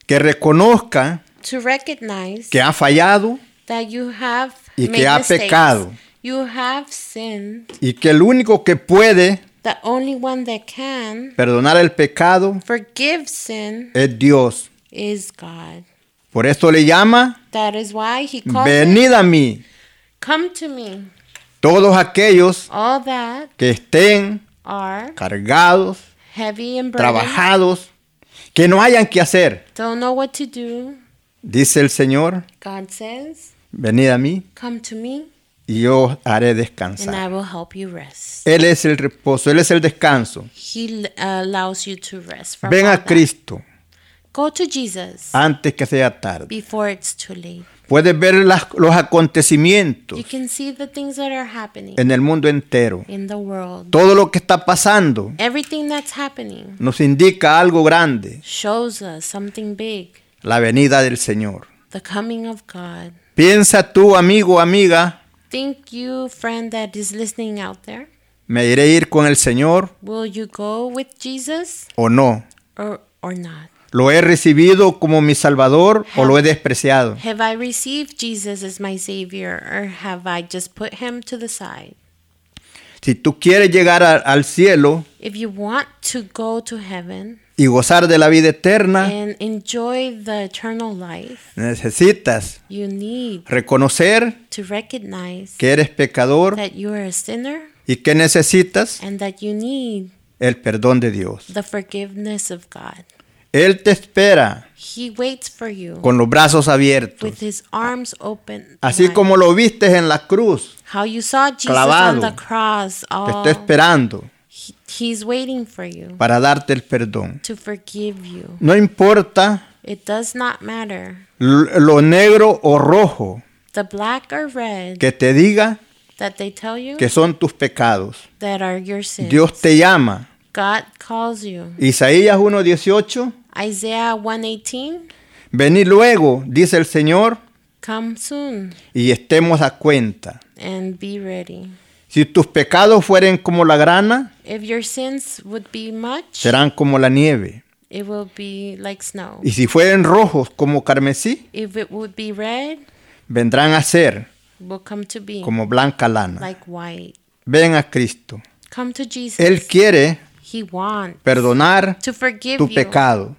Speaker 2: que reconozca
Speaker 3: to recognize
Speaker 2: que ha fallado
Speaker 3: that you have
Speaker 2: Y que
Speaker 3: made
Speaker 2: ha
Speaker 3: mistakes.
Speaker 2: pecado.
Speaker 3: You have sinned.
Speaker 2: y que el único que puede
Speaker 3: The only one that can
Speaker 2: perdonar el pecado
Speaker 3: forgive sin
Speaker 2: es Dios.
Speaker 3: is God.
Speaker 2: Por esto le llama,
Speaker 3: That is why he calls it,
Speaker 2: venid a mí
Speaker 3: Come to me.
Speaker 2: todos aquellos
Speaker 3: All that
Speaker 2: que estén
Speaker 3: are
Speaker 2: cargados,
Speaker 3: heavy and burdened,
Speaker 2: trabajados, que no hayan que hacer.
Speaker 3: don't know what to do.
Speaker 2: Dice el Señor,
Speaker 3: God says,
Speaker 2: venid a mí
Speaker 3: Come to me
Speaker 2: y yo os haré
Speaker 3: and I
Speaker 2: descansar.
Speaker 3: will help you rest.
Speaker 2: Él es el reposo, Él es el descanso.
Speaker 3: He l- allows you to rest from
Speaker 2: Ven
Speaker 3: all
Speaker 2: a
Speaker 3: that.
Speaker 2: Cristo
Speaker 3: Go to Jesus
Speaker 2: antes que sea tarde.
Speaker 3: before it's too late.
Speaker 2: Puedes ver las- los acontecimientos
Speaker 3: You can see the things that are happening
Speaker 2: en el mundo entero.
Speaker 3: in the world.
Speaker 2: Todo lo que está pasando
Speaker 3: Everything that's happening
Speaker 2: nos indica algo grande,
Speaker 3: shows us something big
Speaker 2: la venida del Señor.
Speaker 3: the coming of God.
Speaker 2: Piensa tú, amigo, amiga,
Speaker 3: Think you, friend that is listening out there,
Speaker 2: ¿me iré a ir con el Señor
Speaker 3: will you go with Jesus
Speaker 2: o no?
Speaker 3: or, or not?
Speaker 2: ¿Lo he recibido como mi Salvador o lo he despreciado?
Speaker 3: Have I received Jesus as my Savior or have I just put him to the side?
Speaker 2: Si tú quieres llegar a- al cielo
Speaker 3: If you want to go to heaven
Speaker 2: y gozar de la vida eterna,
Speaker 3: and enjoy the eternal life,
Speaker 2: necesitas
Speaker 3: you need
Speaker 2: reconocer
Speaker 3: to recognize
Speaker 2: que eres pecador
Speaker 3: that you are a sinner
Speaker 2: y que necesitas
Speaker 3: and that you need
Speaker 2: el perdón de Dios.
Speaker 3: the forgiveness of God.
Speaker 2: Él te espera
Speaker 3: He waits for you
Speaker 2: con los brazos abiertos,
Speaker 3: with his arms open.
Speaker 2: así
Speaker 3: wide.
Speaker 2: como lo viste en la cruz,
Speaker 3: how you saw Jesus on
Speaker 2: clavado.
Speaker 3: the cross,
Speaker 2: te está
Speaker 3: all,
Speaker 2: esperando
Speaker 3: he- he's waiting for you
Speaker 2: para darte el perdón.
Speaker 3: to forgive you.
Speaker 2: No importa
Speaker 3: It does not matter
Speaker 2: l- lo negro o rojo
Speaker 3: the black or red
Speaker 2: que te diga
Speaker 3: that they tell you
Speaker 2: que son tus pecados.
Speaker 3: that are your sins.
Speaker 2: Dios te llama.
Speaker 3: God calls you.
Speaker 2: Isaías 1:18,
Speaker 3: Isaiah 118,
Speaker 2: venid luego, dice el Señor,
Speaker 3: come soon
Speaker 2: y estemos a cuenta.
Speaker 3: and be ready.
Speaker 2: Si tus pecados fueren como la grana,
Speaker 3: If your sins would be much,
Speaker 2: serán como la nieve.
Speaker 3: it will be like snow.
Speaker 2: Y si fueren rojos como carmesí,
Speaker 3: If it would be red,
Speaker 2: vendrán a ser
Speaker 3: will come to be
Speaker 2: como blanca lana.
Speaker 3: like white.
Speaker 2: Ven a Cristo.
Speaker 3: Come to Jesus.
Speaker 2: Él quiere
Speaker 3: he wants
Speaker 2: perdonar
Speaker 3: to forgive
Speaker 2: tu
Speaker 3: you.
Speaker 2: pecado.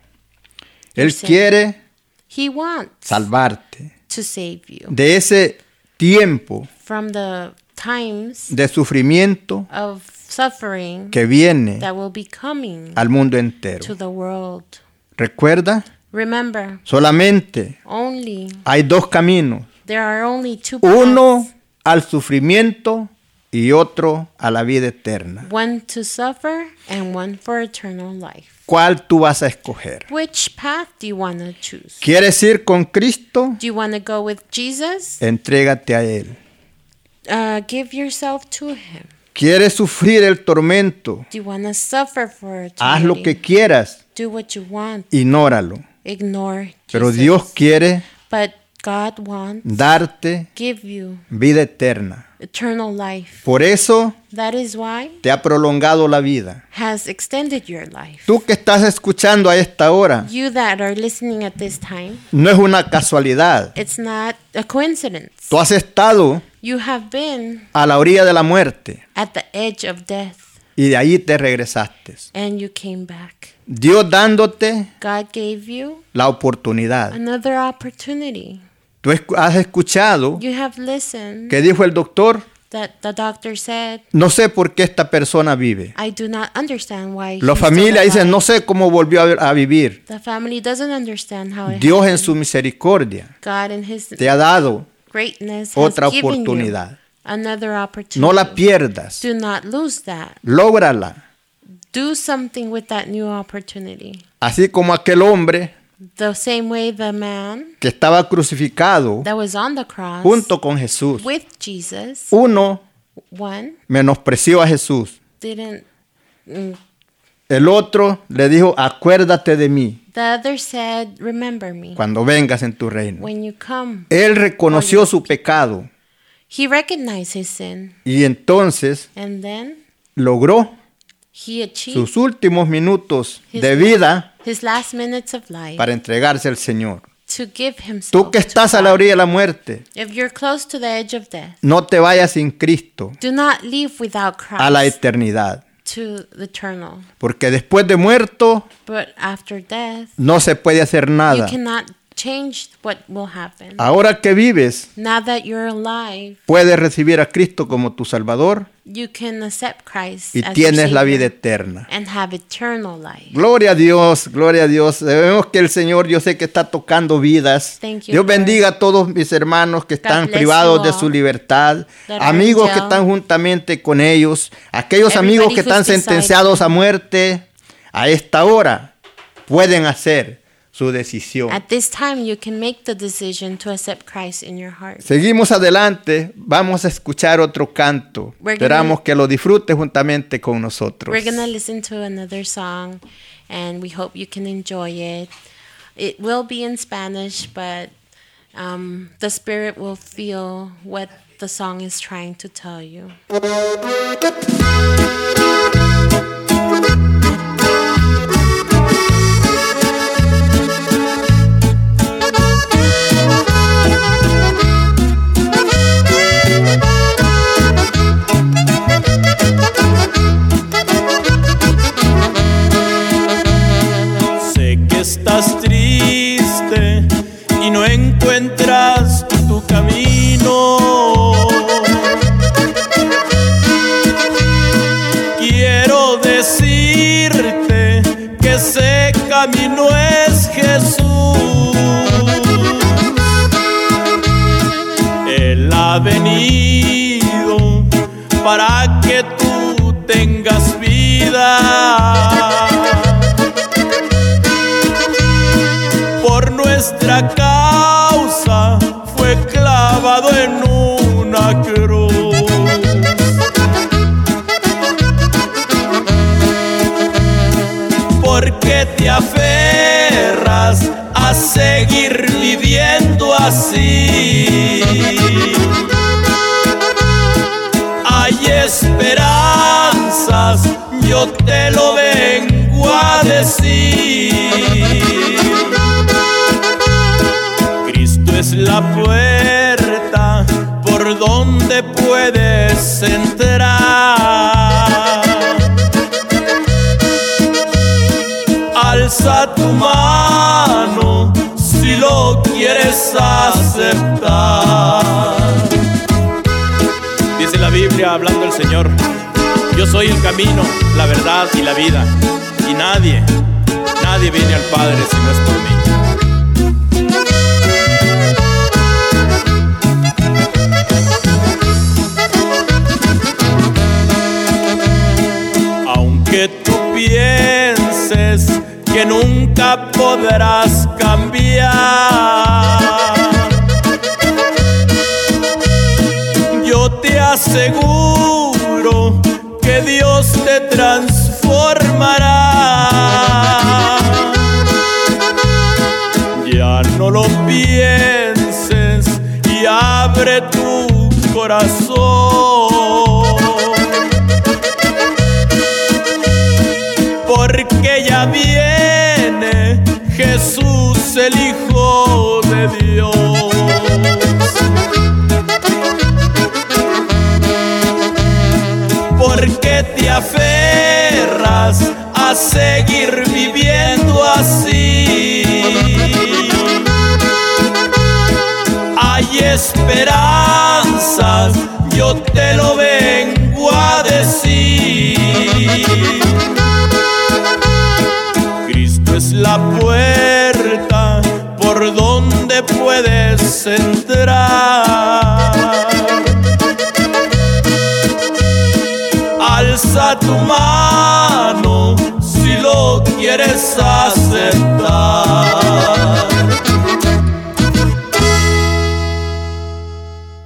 Speaker 2: Él
Speaker 3: Your sin.
Speaker 2: quiere
Speaker 3: He wants
Speaker 2: salvarte
Speaker 3: to save you
Speaker 2: de ese tiempo
Speaker 3: from the times
Speaker 2: de sufrimiento
Speaker 3: of suffering
Speaker 2: que viene
Speaker 3: that will be coming
Speaker 2: al mundo
Speaker 3: to
Speaker 2: entero.
Speaker 3: the world.
Speaker 2: Recuerda,
Speaker 3: Remember,
Speaker 2: solamente
Speaker 3: only
Speaker 2: hay dos caminos,
Speaker 3: there are only two
Speaker 2: uno
Speaker 3: paths.
Speaker 2: al sufrimiento y otro a la vida eterna.
Speaker 3: one to suffer and one for eternal life.
Speaker 2: ¿Cuál tú vas a escoger?
Speaker 3: Which path do you want to choose?
Speaker 2: ¿Quieres ir con Cristo?
Speaker 3: Do you want to go with Jesus?
Speaker 2: Entrégate a Él.
Speaker 3: Uh, give yourself to Him.
Speaker 2: ¿Quieres sufrir el tormento?
Speaker 3: Do you want to suffer for eternity?
Speaker 2: Haz lo que quieras,
Speaker 3: Do what you want.
Speaker 2: ignóralo.
Speaker 3: Ignore
Speaker 2: Pero
Speaker 3: Jesus.
Speaker 2: Dios Mm. quiere
Speaker 3: But God wants
Speaker 2: darte
Speaker 3: give you
Speaker 2: vida eterna.
Speaker 3: eternal life.
Speaker 2: Por eso
Speaker 3: That is why
Speaker 2: te ha prolongado la vida.
Speaker 3: has extended your life.
Speaker 2: Tú que estás escuchando a esta hora,
Speaker 3: You that are listening at this time,
Speaker 2: no es una casualidad.
Speaker 3: it's not a coincidence.
Speaker 2: Tú has estado
Speaker 3: You have been
Speaker 2: a la orilla de la muerte
Speaker 3: at the edge of death
Speaker 2: y de ahí te regresaste.
Speaker 3: and you came back.
Speaker 2: Dios dándote
Speaker 3: God gave you
Speaker 2: la oportunidad.
Speaker 3: another opportunity.
Speaker 2: Tú escu- has escuchado
Speaker 3: You have listened
Speaker 2: que dijo el doctor,
Speaker 3: that the doctor said,
Speaker 2: no sé por qué esta persona vive.
Speaker 3: I do not understand why.
Speaker 2: La
Speaker 3: he's still
Speaker 2: familia dice,
Speaker 3: alive."
Speaker 2: no sé cómo volvió a a vivir.
Speaker 3: The family doesn't understand how it
Speaker 2: Dios en su misericordia
Speaker 3: God in his
Speaker 2: te ha dado,
Speaker 3: greatness
Speaker 2: otra
Speaker 3: has given
Speaker 2: oportunidad.
Speaker 3: you another opportunity.
Speaker 2: no la pierdas,
Speaker 3: Do not lose that.
Speaker 2: lógrala.
Speaker 3: Do something with that new opportunity.
Speaker 2: Así como aquel hombre
Speaker 3: The same way the man
Speaker 2: que estaba crucificado
Speaker 3: that was on the cross
Speaker 2: junto con Jesús.
Speaker 3: with Jesus,
Speaker 2: Uno
Speaker 3: one
Speaker 2: menospreció a Jesús.
Speaker 3: didn't. mm,
Speaker 2: El otro le dijo, acuérdate de mí
Speaker 3: The other said, "Remember me
Speaker 2: cuando vengas en tu reino.
Speaker 3: when you come."
Speaker 2: Él reconoció su pecado
Speaker 3: He recognized his sin,
Speaker 2: y entonces
Speaker 3: and then
Speaker 2: logró
Speaker 3: he achieved
Speaker 2: sus últimos minutos de vida
Speaker 3: his last minutes of life
Speaker 2: para entregarse al Señor.
Speaker 3: to give himself.
Speaker 2: Tú que
Speaker 3: to
Speaker 2: estás a la
Speaker 3: God.
Speaker 2: orilla de la muerte,
Speaker 3: If you're close to the edge of death,
Speaker 2: no te vayas sin Cristo
Speaker 3: do not leave without Christ.
Speaker 2: a la eternidad,
Speaker 3: to the eternal.
Speaker 2: porque después de muerto
Speaker 3: But after death,
Speaker 2: no se puede hacer
Speaker 3: you
Speaker 2: nada. Ah.
Speaker 3: cannot change what will happen.
Speaker 2: Ahora que vives,
Speaker 3: Now that you're alive,
Speaker 2: puedes recibir a Cristo como tu Salvador
Speaker 3: you can accept Christ
Speaker 2: y
Speaker 3: as your
Speaker 2: tienes la vida
Speaker 3: Savior
Speaker 2: eterna.
Speaker 3: and have eternal life.
Speaker 2: Gloria a Dios, gloria a Dios. Sabemos que el Señor, yo sé que está tocando vidas.
Speaker 3: Thank you,
Speaker 2: Dios
Speaker 3: Lord.
Speaker 2: bendiga a todos mis hermanos que están
Speaker 3: bless
Speaker 2: privados
Speaker 3: you
Speaker 2: de
Speaker 3: all.
Speaker 2: su libertad,
Speaker 3: That are
Speaker 2: amigos
Speaker 3: in
Speaker 2: que
Speaker 3: jail.
Speaker 2: están juntamente con ellos, aquellos
Speaker 3: Everybody
Speaker 2: amigos que
Speaker 3: who's
Speaker 2: están
Speaker 3: beside
Speaker 2: sentenciados a muerte, a esta hora pueden hacer su decisión.
Speaker 3: At this time, you can make the decision to accept Christ in your heart.
Speaker 2: Seguimos adelante, vamos a escuchar otro canto.
Speaker 3: We're gonna-
Speaker 2: Esperamos que lo disfrutes juntamente con nosotros.
Speaker 3: We're going to listen to another song and we hope you can enjoy it. It will be in Spanish, but um, the Spirit will feel what the song is trying to tell you.
Speaker 5: Sé que estás triste y no encuentras tu camino. Quiero decirte que ese camino es Jesús. Él ha venido para que tú tengas vida por nuestra causa fue clavado en una cruz. ¿Por qué te aferras a seguir viviendo así? Hay esperanzas, yo te lo vengo a decir. Cristo es la puerta por donde puedes entrar. Alza tu mano si lo quieres aceptar. Dice la Biblia hablando el Señor, yo soy el camino, la verdad y la vida. Y nadie, nadie viene al Padre si no es por mí. Aunque tú pienses que nunca podrás cambiar, yo te aseguro que Dios te transformará. Ya no lo pienses y abre tu corazón. porque ya viene Jesús el Hijo de Dios. Porque te aferras a seguir viviendo así. Hay esperanzas, yo te lo vengo a decir. Cristo es la puerta por donde puedes entrar. Alza tu mano si lo quieres aceptar.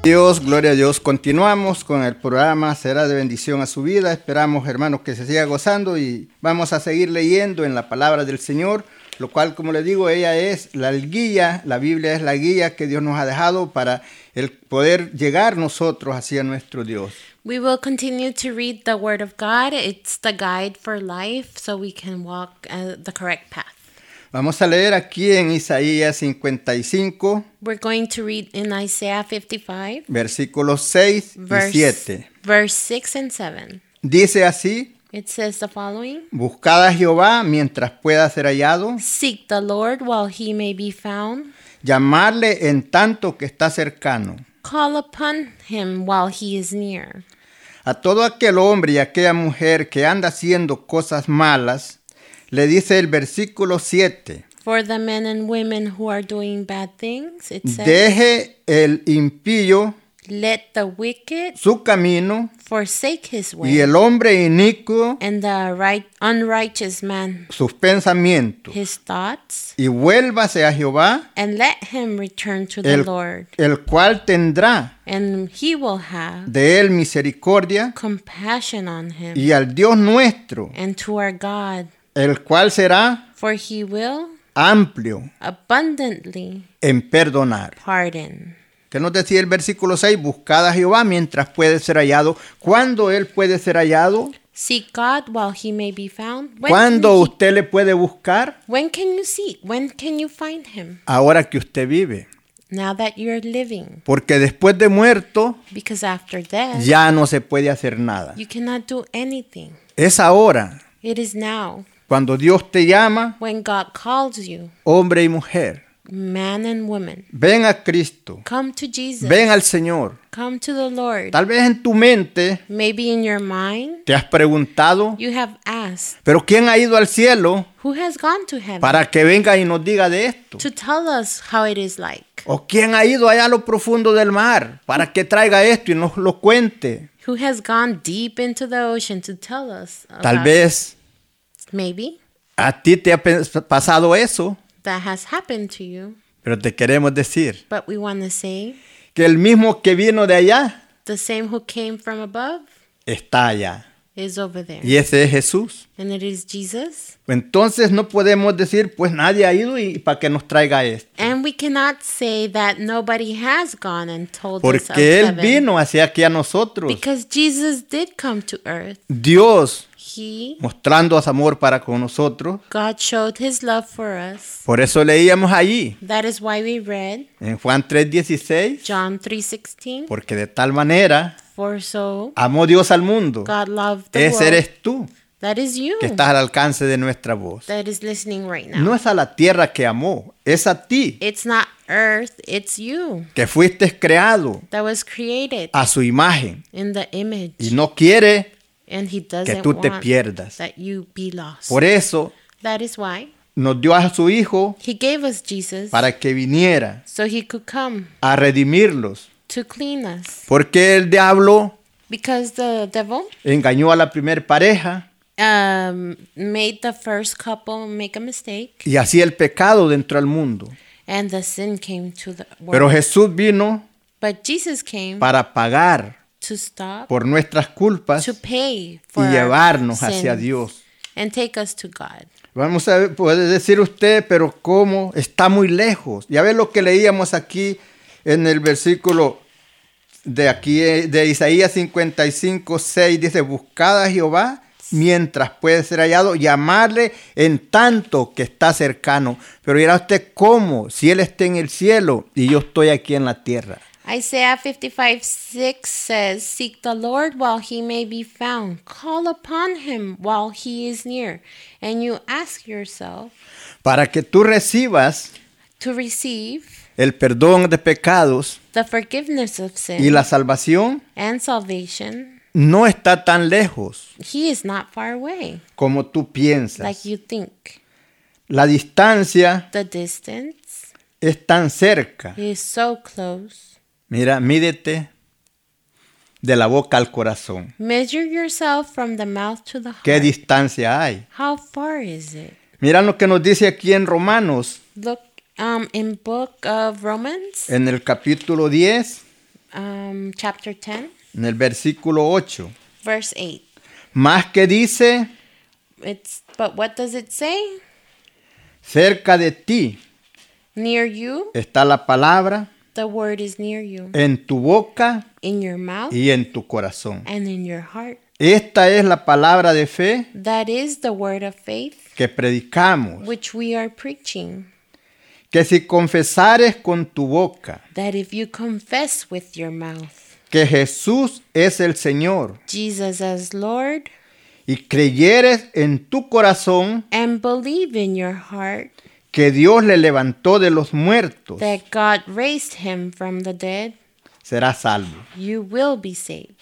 Speaker 2: Dios, gloria a Dios. Continuamos con el programa, será de bendición a su vida. Esperamos, hermanos, que se siga gozando y vamos a seguir leyendo en la palabra del Señor, lo cual, como le digo, ella es la guía, la Biblia es la guía que Dios nos ha dejado para el poder llegar nosotros hacia nuestro Dios.
Speaker 3: We will continue to read the Word of God. It's the guide for life so we can walk uh, the correct path.
Speaker 2: Vamos a leer aquí en Isaías 55,
Speaker 3: We're going to read in Isaiah 55,
Speaker 2: versículos 6 y
Speaker 3: verse,
Speaker 2: 7.
Speaker 3: verse 6 and 7.
Speaker 2: Dice así,
Speaker 3: It says the following
Speaker 2: buscad a Jehová mientras pueda ser hallado,
Speaker 3: Seek the Lord while he may be found,
Speaker 2: llamarle en tanto que está cercano.
Speaker 3: call upon him while he is near.
Speaker 2: A todo aquel hombre y aquella mujer que anda haciendo cosas malas, le dice el versículo 7,
Speaker 3: For the men and women who are doing bad things, it says,
Speaker 2: deje el impío
Speaker 3: Let the wicked
Speaker 2: su camino
Speaker 3: forsake his way,
Speaker 2: y el hombre inicuo
Speaker 3: and the right, unrighteous man
Speaker 2: sus pensamientos.
Speaker 3: his thoughts,
Speaker 2: Y vuélvase a Jehová,
Speaker 3: and let him return to the
Speaker 2: el,
Speaker 3: Lord,
Speaker 2: el cual tendrá
Speaker 3: and he will have
Speaker 2: de él misericordia,
Speaker 3: compassion on him,
Speaker 2: y al Dios nuestro,
Speaker 3: and to our God,
Speaker 2: el cual será
Speaker 3: for he will
Speaker 2: amplio
Speaker 3: abundantly
Speaker 2: en perdonar.
Speaker 3: pardon.
Speaker 2: ¿Qué nos decía el versículo 6? Buscad a Jehová mientras puede ser hallado. ¿Cuándo él puede ser hallado?
Speaker 3: Seek God while he may be found. When can,
Speaker 2: ¿Cuándo
Speaker 3: he-
Speaker 2: usted le puede buscar?
Speaker 3: when can you seek? When can you find him?
Speaker 2: Ahora que usted vive.
Speaker 3: Now that you're living,
Speaker 2: Porque después de muerto
Speaker 3: because after death,
Speaker 2: ya no se puede hacer nada.
Speaker 3: you cannot do anything.
Speaker 2: Es ahora,
Speaker 3: It is now
Speaker 2: cuando Dios te llama,
Speaker 3: when God calls you,
Speaker 2: hombre y mujer.
Speaker 3: man and woman.
Speaker 2: Ven a Cristo.
Speaker 3: Come to Jesus.
Speaker 2: Ven al Señor.
Speaker 3: Come to the Lord.
Speaker 2: Tal vez en tu mente
Speaker 3: Maybe in your mind,
Speaker 2: te has preguntado,
Speaker 3: you have asked,
Speaker 2: pero ¿quién ha ido al cielo
Speaker 3: Who has gone to heaven?
Speaker 2: para que venga y nos diga de esto?
Speaker 3: to tell us how it is like.
Speaker 2: ¿O quién ha ido allá a lo profundo del mar para que traiga esto y nos lo cuente?
Speaker 3: Who has gone deep into the ocean to tell us?
Speaker 2: Tal
Speaker 3: about-
Speaker 2: vez
Speaker 3: Maybe
Speaker 2: a ti te ha pe- pasado eso,
Speaker 3: that has happened to you,
Speaker 2: pero te queremos decir
Speaker 3: but we want to say
Speaker 2: que el mismo que vino de allá
Speaker 3: the same who came from above
Speaker 2: está allá.
Speaker 3: is over there.
Speaker 2: Y ese es Jesús.
Speaker 3: And it is Jesus.
Speaker 2: Entonces no podemos decir, pues nadie ha ido y para que nos traiga esto.
Speaker 3: And we cannot say that nobody has gone and told us of
Speaker 2: Porque Él
Speaker 3: heaven.
Speaker 2: vino hacia aquí a nosotros.
Speaker 3: Because Jesus did come to earth.
Speaker 2: Dios
Speaker 3: He,
Speaker 2: mostrando su amor para con nosotros.
Speaker 3: God showed his love for us.
Speaker 2: Por eso leíamos allí,
Speaker 3: That is why we read
Speaker 2: en Juan 3:16,
Speaker 3: John 3:16,
Speaker 2: porque de tal manera
Speaker 3: for so
Speaker 2: amó Dios al mundo.
Speaker 3: God loved the
Speaker 2: Ese
Speaker 3: world.
Speaker 2: eres tú
Speaker 3: That is you
Speaker 2: que estás al alcance de nuestra voz.
Speaker 3: that is listening right now.
Speaker 2: No es a la tierra que amó, es a ti
Speaker 3: It's not earth, it's you
Speaker 2: que fuiste creado
Speaker 3: that was created
Speaker 2: a su imagen
Speaker 3: in the image.
Speaker 2: Ah. y no quiere
Speaker 3: and he
Speaker 2: que
Speaker 3: doesn't
Speaker 2: tú te
Speaker 3: want
Speaker 2: pierdas.
Speaker 3: that you be lost.
Speaker 2: Por eso
Speaker 3: that is why
Speaker 2: nos dio a su Hijo
Speaker 3: he gave us Jesus
Speaker 2: para que viniera
Speaker 3: so he could come
Speaker 2: a redimirlos.
Speaker 3: to clean us.
Speaker 2: Porque el diablo
Speaker 3: Because the devil
Speaker 2: engañó a la primer pareja
Speaker 3: um, made the first couple make a mistake
Speaker 2: y así el pecado dentro del mundo.
Speaker 3: and the sin came to the world.
Speaker 2: Pero Jesús vino
Speaker 3: but Jesus came
Speaker 2: para pagar
Speaker 3: to stop,
Speaker 2: por nuestras culpas
Speaker 3: to pay for
Speaker 2: y
Speaker 3: our
Speaker 2: llevarnos hacia
Speaker 3: sins
Speaker 2: Dios.
Speaker 3: and take us to God.
Speaker 2: Vamos a ver, puede decir usted, pero ¿cómo? Está muy lejos. Ya ve lo que leíamos aquí en el versículo de aquí, eh, de Isaías 55, 6, dice, buscad a Jehová mientras puede ser hallado, llamarle en tanto que está cercano. Pero dirá usted, ¿cómo? Si Él está en el cielo y yo estoy aquí en la tierra.
Speaker 3: Isaiah 55 6 says, Seek the Lord while he may be found, call upon him while he is near. And you ask yourself
Speaker 2: Para que tú recibas
Speaker 3: to receive
Speaker 2: el perdón de pecados
Speaker 3: the forgiveness of sin
Speaker 2: y la salvación,
Speaker 3: and salvation.
Speaker 2: no está tan lejos.
Speaker 3: He is not far away,
Speaker 2: como tú piensas.
Speaker 3: like you think.
Speaker 2: La distancia
Speaker 3: The distance
Speaker 2: es tan cerca.
Speaker 3: is so close.
Speaker 2: Mira, mídete de la boca al corazón.
Speaker 3: Measure yourself from the mouth to the
Speaker 2: ¿Qué
Speaker 3: heart.
Speaker 2: distancia hay?
Speaker 3: How far is it?
Speaker 2: Mira lo que nos dice aquí en Romanos,
Speaker 3: Look um, in book of Romans,
Speaker 2: en el capítulo 10,
Speaker 3: um, chapter 10,
Speaker 2: en el versículo 8.
Speaker 3: verse 8.
Speaker 2: Más que dice,
Speaker 3: It's but what does it say?
Speaker 2: cerca de ti
Speaker 3: Near you,
Speaker 2: está la palabra,
Speaker 3: the word is near you,
Speaker 2: en tu boca
Speaker 3: in your mouth
Speaker 2: y en tu corazón.
Speaker 3: and in your heart.
Speaker 2: Esta es la palabra de fe
Speaker 3: That is the word of faith
Speaker 2: que predicamos,
Speaker 3: which we are preaching.
Speaker 2: que si confesares con tu boca
Speaker 3: That if you confess with your mouth
Speaker 2: que Jesús es el Señor
Speaker 3: Jesus as Lord
Speaker 2: y creyeres en tu corazón
Speaker 3: and believe in your heart
Speaker 2: que Dios le levantó de los muertos,
Speaker 3: that God raised him from the dead,
Speaker 2: serás salvo.
Speaker 3: you will be saved.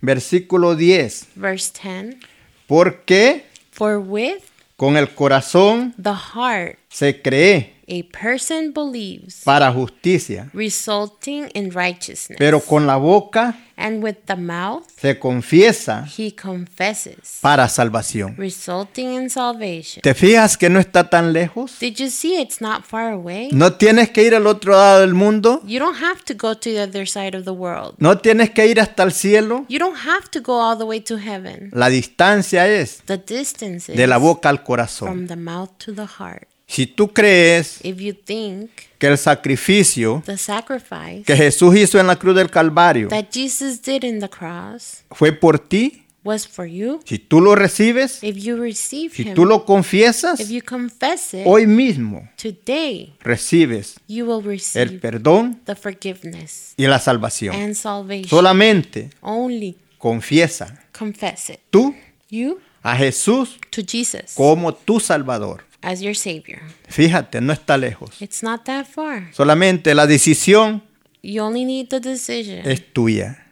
Speaker 2: Versículo 10.
Speaker 3: Verse 10
Speaker 2: Porque
Speaker 3: For with
Speaker 2: con el corazón
Speaker 3: the heart
Speaker 2: se cree
Speaker 3: a person believes,
Speaker 2: para justicia,
Speaker 3: resulting in righteousness.
Speaker 2: pero con la boca
Speaker 3: and with the mouth,
Speaker 2: se confiesa
Speaker 3: he confesses,
Speaker 2: para salvación.
Speaker 3: resulting in salvation.
Speaker 2: ¿Te fijas que no está tan lejos?
Speaker 3: Did you see it's not far away?
Speaker 2: No tienes que ir al otro lado del mundo,
Speaker 3: You don't have to go to the other side of the world.
Speaker 2: no tienes que ir hasta el cielo.
Speaker 3: You don't have to go all the way to heaven.
Speaker 2: La distancia es
Speaker 3: The distance is
Speaker 2: de la boca al
Speaker 3: from
Speaker 2: corazón.
Speaker 3: the mouth to the heart.
Speaker 2: Si tú crees
Speaker 3: If you think
Speaker 2: que el sacrificio
Speaker 3: the sacrifice
Speaker 2: que Jesús hizo en la cruz del Calvario
Speaker 3: that Jesus did in the cross
Speaker 2: fue por ti,
Speaker 3: was for you,
Speaker 2: si tú lo recibes,
Speaker 3: if you receive
Speaker 2: si
Speaker 3: him,
Speaker 2: tú lo confiesas,
Speaker 3: if you confess it,
Speaker 2: hoy mismo
Speaker 3: today
Speaker 2: recibes
Speaker 3: you will
Speaker 2: el
Speaker 3: receive
Speaker 2: perdón
Speaker 3: the forgiveness
Speaker 2: y la salvación.
Speaker 3: and salvation.
Speaker 2: Solamente
Speaker 3: Only
Speaker 2: confiesa
Speaker 3: confess it.
Speaker 2: tú
Speaker 3: You
Speaker 2: a Jesús
Speaker 3: to Jesus
Speaker 2: como tu Salvador.
Speaker 3: as your Savior.
Speaker 2: Fíjate, no está lejos.
Speaker 3: It's not that far.
Speaker 2: Solamente la decisión
Speaker 3: You only need the decision,
Speaker 2: es tuya.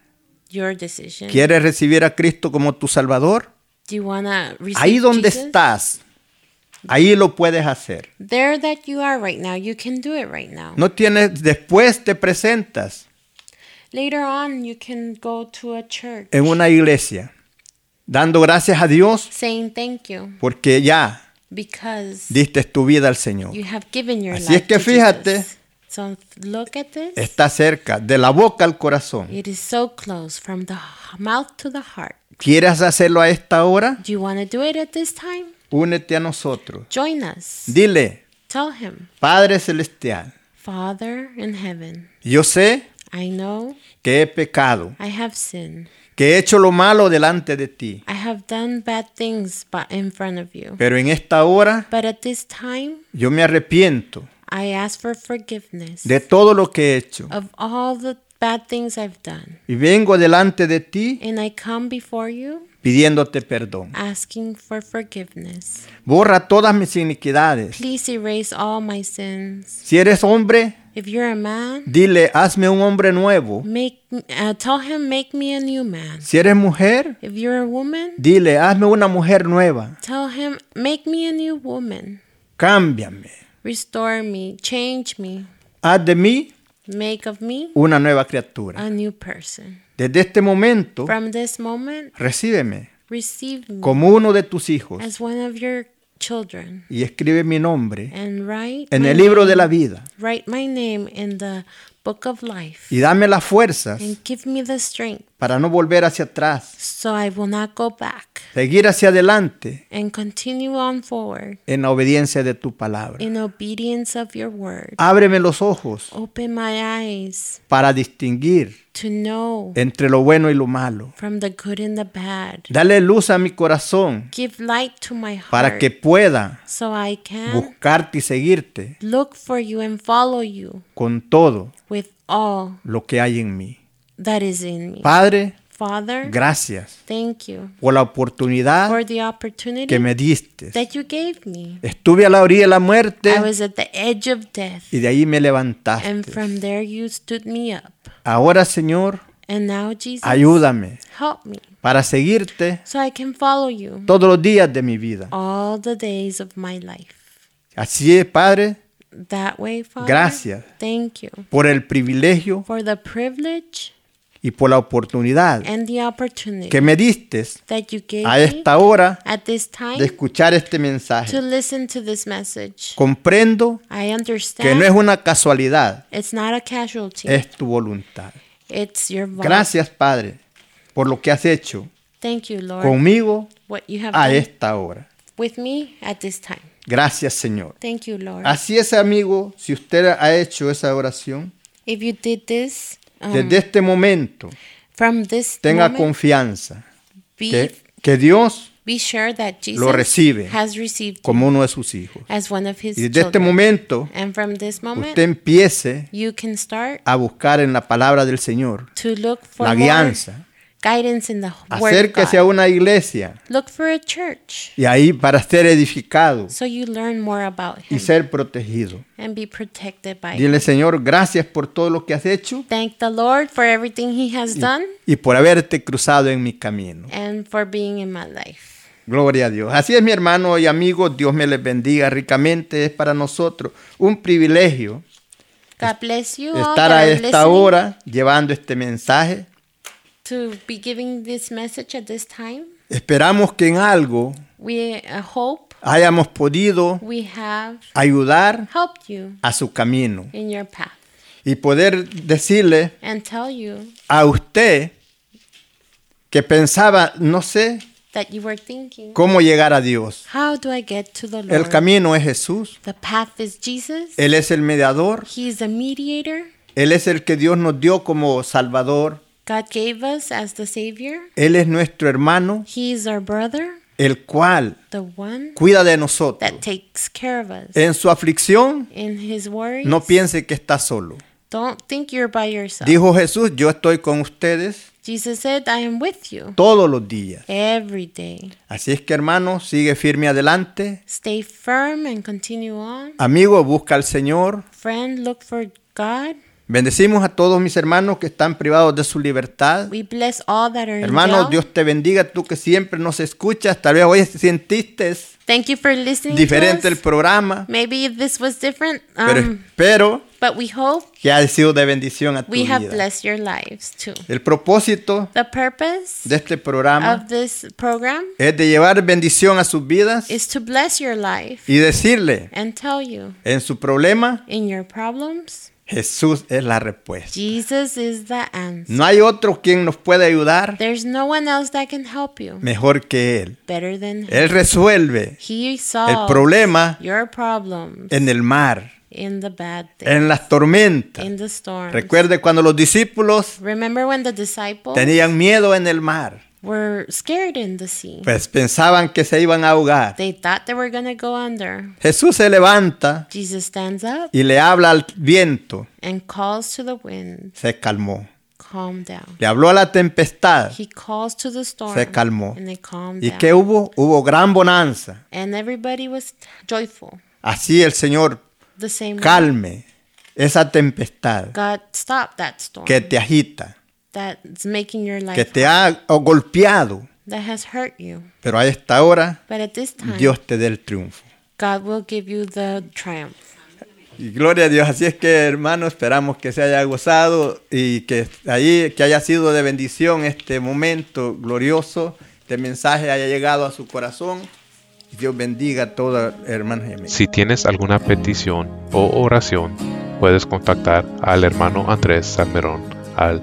Speaker 3: your decision.
Speaker 2: ¿Quieres recibir a Cristo como tu Salvador?
Speaker 3: Do you want to receive
Speaker 2: Ahí donde
Speaker 3: Jesus?
Speaker 2: estás, ahí lo puedes hacer.
Speaker 3: There that you are right now, you can do it right now.
Speaker 2: No tienes, después te presentas
Speaker 3: Later on, you can go to a church
Speaker 2: en una iglesia dando gracias a Dios
Speaker 3: saying thank you
Speaker 2: porque ya
Speaker 3: because
Speaker 2: diste tu vida al Señor.
Speaker 3: you have given your
Speaker 2: Así es
Speaker 3: life
Speaker 2: que
Speaker 3: to Jesus.
Speaker 2: fíjate.
Speaker 3: So look at this.
Speaker 2: Está cerca, de la boca al corazón.
Speaker 3: It is so close from the h- mouth to the heart.
Speaker 2: ¿Quieres hacerlo a esta hora?
Speaker 3: Do you want to do it at this time?
Speaker 2: Únete a nosotros.
Speaker 3: Join us.
Speaker 2: Dile,
Speaker 3: Tell him,
Speaker 2: Padre Celestial,
Speaker 3: Father in heaven,
Speaker 2: yo sé
Speaker 3: I know
Speaker 2: que he pecado,
Speaker 3: I have sinned.
Speaker 2: que he hecho lo malo delante de ti,
Speaker 3: I have done bad things but in front of you.
Speaker 2: pero en esta hora
Speaker 3: But at this time,
Speaker 2: yo me arrepiento
Speaker 3: I ask for forgiveness
Speaker 2: de todo lo que he hecho
Speaker 3: of all the bad things I've done.
Speaker 2: y vengo delante de ti
Speaker 3: And I come before you
Speaker 2: pidiéndote perdón.
Speaker 3: asking for forgiveness.
Speaker 2: Borra todas mis iniquidades.
Speaker 3: Please erase all my sins.
Speaker 2: Si eres hombre,
Speaker 3: If you're a man,
Speaker 2: dile, hazme un hombre nuevo.
Speaker 3: make uh, tell him make me a new man.
Speaker 2: Si eres mujer,
Speaker 3: If you're a woman,
Speaker 2: dile, hazme una mujer nueva.
Speaker 3: tell him make me a new woman.
Speaker 2: Cámbiame.
Speaker 3: Restore me, change me,
Speaker 2: Haz de mí
Speaker 3: make of me
Speaker 2: una nueva criatura.
Speaker 3: a new person.
Speaker 2: Desde este momento,
Speaker 3: From this moment,
Speaker 2: recíbeme
Speaker 3: receive me
Speaker 2: como uno de tus hijos
Speaker 3: as one of your children
Speaker 2: y escribe mi nombre
Speaker 3: and write
Speaker 2: en
Speaker 3: my
Speaker 2: el libro
Speaker 3: name-
Speaker 2: de la vida
Speaker 3: write my name in the book of life
Speaker 2: y dame las fuerzas
Speaker 3: and give me the strength
Speaker 2: para no volver hacia atrás,
Speaker 3: so I will not go back
Speaker 2: seguir hacia adelante
Speaker 3: and continue on forward
Speaker 2: en la obediencia de tu palabra.
Speaker 3: in obedience of your word.
Speaker 2: Ábreme los ojos
Speaker 3: Open my eyes
Speaker 2: para distinguir
Speaker 3: to know
Speaker 2: entre lo bueno y lo malo.
Speaker 3: from the good and the bad.
Speaker 2: Dale luz a mi corazón
Speaker 3: Give light to my
Speaker 2: para
Speaker 3: heart
Speaker 2: que pueda
Speaker 3: so I can
Speaker 2: buscarte y seguirte
Speaker 3: look for you and follow you
Speaker 2: con todo
Speaker 3: with all
Speaker 2: lo que hay en mí.
Speaker 3: that is in me.
Speaker 2: Padre,
Speaker 3: Father,
Speaker 2: gracias
Speaker 3: thank you
Speaker 2: por la oportunidad
Speaker 3: for the
Speaker 2: que
Speaker 3: opportunity
Speaker 2: me diste.
Speaker 3: that you gave me.
Speaker 2: Estuve a la orilla de la muerte
Speaker 3: I was at the edge of death,
Speaker 2: y de ahí me
Speaker 3: and
Speaker 2: levantaste.
Speaker 3: from there you stood me up.
Speaker 2: Ahora, Señor,
Speaker 3: And now, Jesus,
Speaker 2: ayúdame
Speaker 3: help me
Speaker 2: para seguirte
Speaker 3: so I can follow you
Speaker 2: todos los días de mi vida.
Speaker 3: all the days of my life.
Speaker 2: Así es, Padre,
Speaker 3: That way, Father.
Speaker 2: Gracias.
Speaker 3: Thank you
Speaker 2: por el privilegio
Speaker 3: for the privilege
Speaker 2: y por la oportunidad
Speaker 3: and the opportunity
Speaker 2: que me diste
Speaker 3: that you gave
Speaker 2: a
Speaker 3: me
Speaker 2: esta hora
Speaker 3: at this
Speaker 2: de
Speaker 3: time
Speaker 2: escuchar este
Speaker 3: to
Speaker 2: mensaje.
Speaker 3: listen to this message.
Speaker 2: Comprendo
Speaker 3: I
Speaker 2: que
Speaker 3: understand
Speaker 2: no es una casualidad,
Speaker 3: it's not a casualty.
Speaker 2: es tu voluntad.
Speaker 3: it's your voice.
Speaker 2: Gracias, Padre, por lo que has hecho
Speaker 3: Thank you, Lord.
Speaker 2: conmigo
Speaker 3: what you have
Speaker 2: a
Speaker 3: done
Speaker 2: esta hora.
Speaker 3: with me at this time.
Speaker 2: Gracias, Señor.
Speaker 3: Thank you, Lord.
Speaker 2: Así es, amigo, si usted ha hecho esa oración,
Speaker 3: if you did this um,
Speaker 2: desde este momento
Speaker 3: from this
Speaker 2: tenga
Speaker 3: moment,
Speaker 2: confianza
Speaker 3: be,
Speaker 2: que, que Dios
Speaker 3: be sure that Jesus
Speaker 2: recibe
Speaker 3: has received you
Speaker 2: como uno de sus hijos.
Speaker 3: as one of his
Speaker 2: Y desde este
Speaker 3: children.
Speaker 2: momento
Speaker 3: and from this moment,
Speaker 2: usted empiece
Speaker 3: you can start
Speaker 2: a buscar en la palabra del Señor
Speaker 3: to look for
Speaker 2: la
Speaker 3: more
Speaker 2: guianza.
Speaker 3: guidance in the Word of
Speaker 2: Acérquese a
Speaker 3: God.
Speaker 2: una iglesia
Speaker 3: Look for a church
Speaker 2: y ahí para ser edificado
Speaker 3: so you learn more about
Speaker 2: y
Speaker 3: Him
Speaker 2: ser protegido.
Speaker 3: and be protected by Him.
Speaker 2: Dile, Señor, gracias por todo lo que has hecho
Speaker 3: Thank the Lord for everything He has done
Speaker 2: y por haberte cruzado en mi camino.
Speaker 3: and for being in my life.
Speaker 2: Gloria a Dios. Así es, mi hermano y amigo, Dios me les bendiga ricamente. Es para nosotros un privilegio
Speaker 3: God bless you all
Speaker 2: estar
Speaker 3: that
Speaker 2: a
Speaker 3: are
Speaker 2: esta
Speaker 3: listening
Speaker 2: hora llevando este mensaje.
Speaker 3: to be giving this message at this time.
Speaker 2: Esperamos que en algo
Speaker 3: We uh, hope
Speaker 2: hayamos podido
Speaker 3: we have
Speaker 2: ayudar
Speaker 3: helped you
Speaker 2: a su camino
Speaker 3: in your path
Speaker 2: y poder decirle
Speaker 3: and tell you
Speaker 2: a usted que pensaba, no sé
Speaker 3: that you were thinking,
Speaker 2: cómo llegar a Dios.
Speaker 3: How do I get to the
Speaker 2: El
Speaker 3: Lord?
Speaker 2: camino es Jesús.
Speaker 3: the path is Jesus.
Speaker 2: Él es el mediador.
Speaker 3: He is a mediator.
Speaker 2: Él es el que Dios nos dio como Salvador.
Speaker 3: God gave us as the Savior.
Speaker 2: Él es nuestro hermano,
Speaker 3: He is our brother,
Speaker 2: el cual
Speaker 3: the one
Speaker 2: cuida de nosotros.
Speaker 3: that takes care of us.
Speaker 2: En su aflicción,
Speaker 3: In His worries,
Speaker 2: no piense que está solo.
Speaker 3: don't think you're by yourself.
Speaker 2: Dijo Jesús, yo estoy con ustedes
Speaker 3: Jesus said, I am with you
Speaker 2: todos los días.
Speaker 3: every day.
Speaker 2: Así es que hermano, sigue firme adelante.
Speaker 3: Stay firm and continue on.
Speaker 2: Amigo, busca al Señor.
Speaker 3: Friend, look for God.
Speaker 2: Bendecimos a todos mis hermanos que están privados de su libertad.
Speaker 3: We bless all that are in
Speaker 2: Hermano,
Speaker 3: jail.
Speaker 2: Dios te bendiga, tú que siempre nos escuchas. Tal vez hoy sentiste
Speaker 3: Thank you for listening
Speaker 2: diferente
Speaker 3: to
Speaker 2: el
Speaker 3: us.
Speaker 2: programa,
Speaker 3: Maybe this was different,
Speaker 2: pero
Speaker 3: um,
Speaker 2: espero
Speaker 3: but we hope
Speaker 2: que haya sido de bendición a tu
Speaker 3: we have
Speaker 2: vida.
Speaker 3: blessed your lives too.
Speaker 2: El propósito
Speaker 3: The purpose
Speaker 2: de este programa
Speaker 3: of this program
Speaker 2: es de llevar bendición a sus vidas
Speaker 3: is to bless your life
Speaker 2: y decirle
Speaker 3: and tell you
Speaker 2: en su problema,
Speaker 3: in your problems,
Speaker 2: Jesús es la respuesta.
Speaker 3: Jesus is the answer.
Speaker 2: No hay otro quien nos pueda ayudar
Speaker 3: There's no one else that can help you
Speaker 2: mejor que Él.
Speaker 3: better than him.
Speaker 2: Él resuelve
Speaker 3: He
Speaker 2: el
Speaker 3: solves
Speaker 2: problema
Speaker 3: your problems
Speaker 2: en el mar,
Speaker 3: in the bad day,
Speaker 2: en las tormentas.
Speaker 3: in the storm.
Speaker 2: Recuerde cuando los discípulos
Speaker 3: Remember when the disciples
Speaker 2: tenían miedo en el mar,
Speaker 3: were scared in the sea?
Speaker 2: pues pensaban que se iban a ahogar.
Speaker 3: They thought they were going to go under.
Speaker 2: Jesús se levanta
Speaker 3: Jesus stands up
Speaker 2: y le habla al viento,
Speaker 3: and calls to the wind,
Speaker 2: se calmó.
Speaker 3: calm down.
Speaker 2: Le habló a la tempestad
Speaker 3: He calls to the storm
Speaker 2: Se calmó.
Speaker 3: and it calmed
Speaker 2: y
Speaker 3: down.
Speaker 2: que hubo hubo gran bonanza.
Speaker 3: and everybody was joyful.
Speaker 2: Así el Señor
Speaker 3: The same way
Speaker 2: calme esa tempestad
Speaker 3: God stopped that storm
Speaker 2: que te agita,
Speaker 3: that's making your life
Speaker 2: que te ha golpeado,
Speaker 3: that has hurt you.
Speaker 2: pero a esta hora
Speaker 3: But at this time,
Speaker 2: Dios te dé el triunfo.
Speaker 3: God will give you the triumph.
Speaker 2: Y gloria a Dios. Así es que, hermano, esperamos que se haya gozado y que ahí que haya sido de bendición este momento glorioso. Este mensaje haya llegado a su corazón. Dios bendiga a toda hermana Jiménez.
Speaker 6: Si tienes alguna petición o oración, puedes contactar al hermano Andrés Salmerón al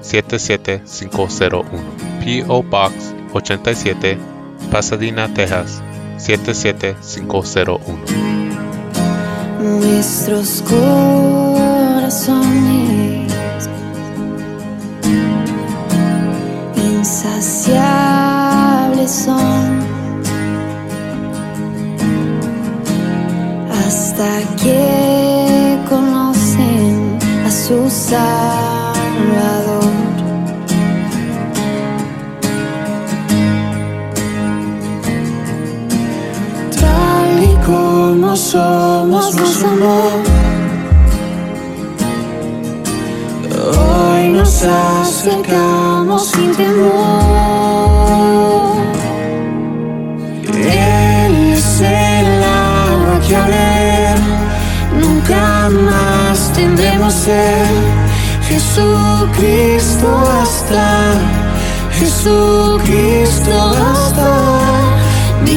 Speaker 6: 77501. P.O. Box 87, Pasadena, Texas 77501.
Speaker 7: nuestros corazones insaciables son hasta que conocen a su Salvador. Tal y como somos nos amó. Hoy nos acercamos sin temor. Él es el agua que haber, nunca más tendremos ser. Jesucristo basta, Jesucristo basta. Mi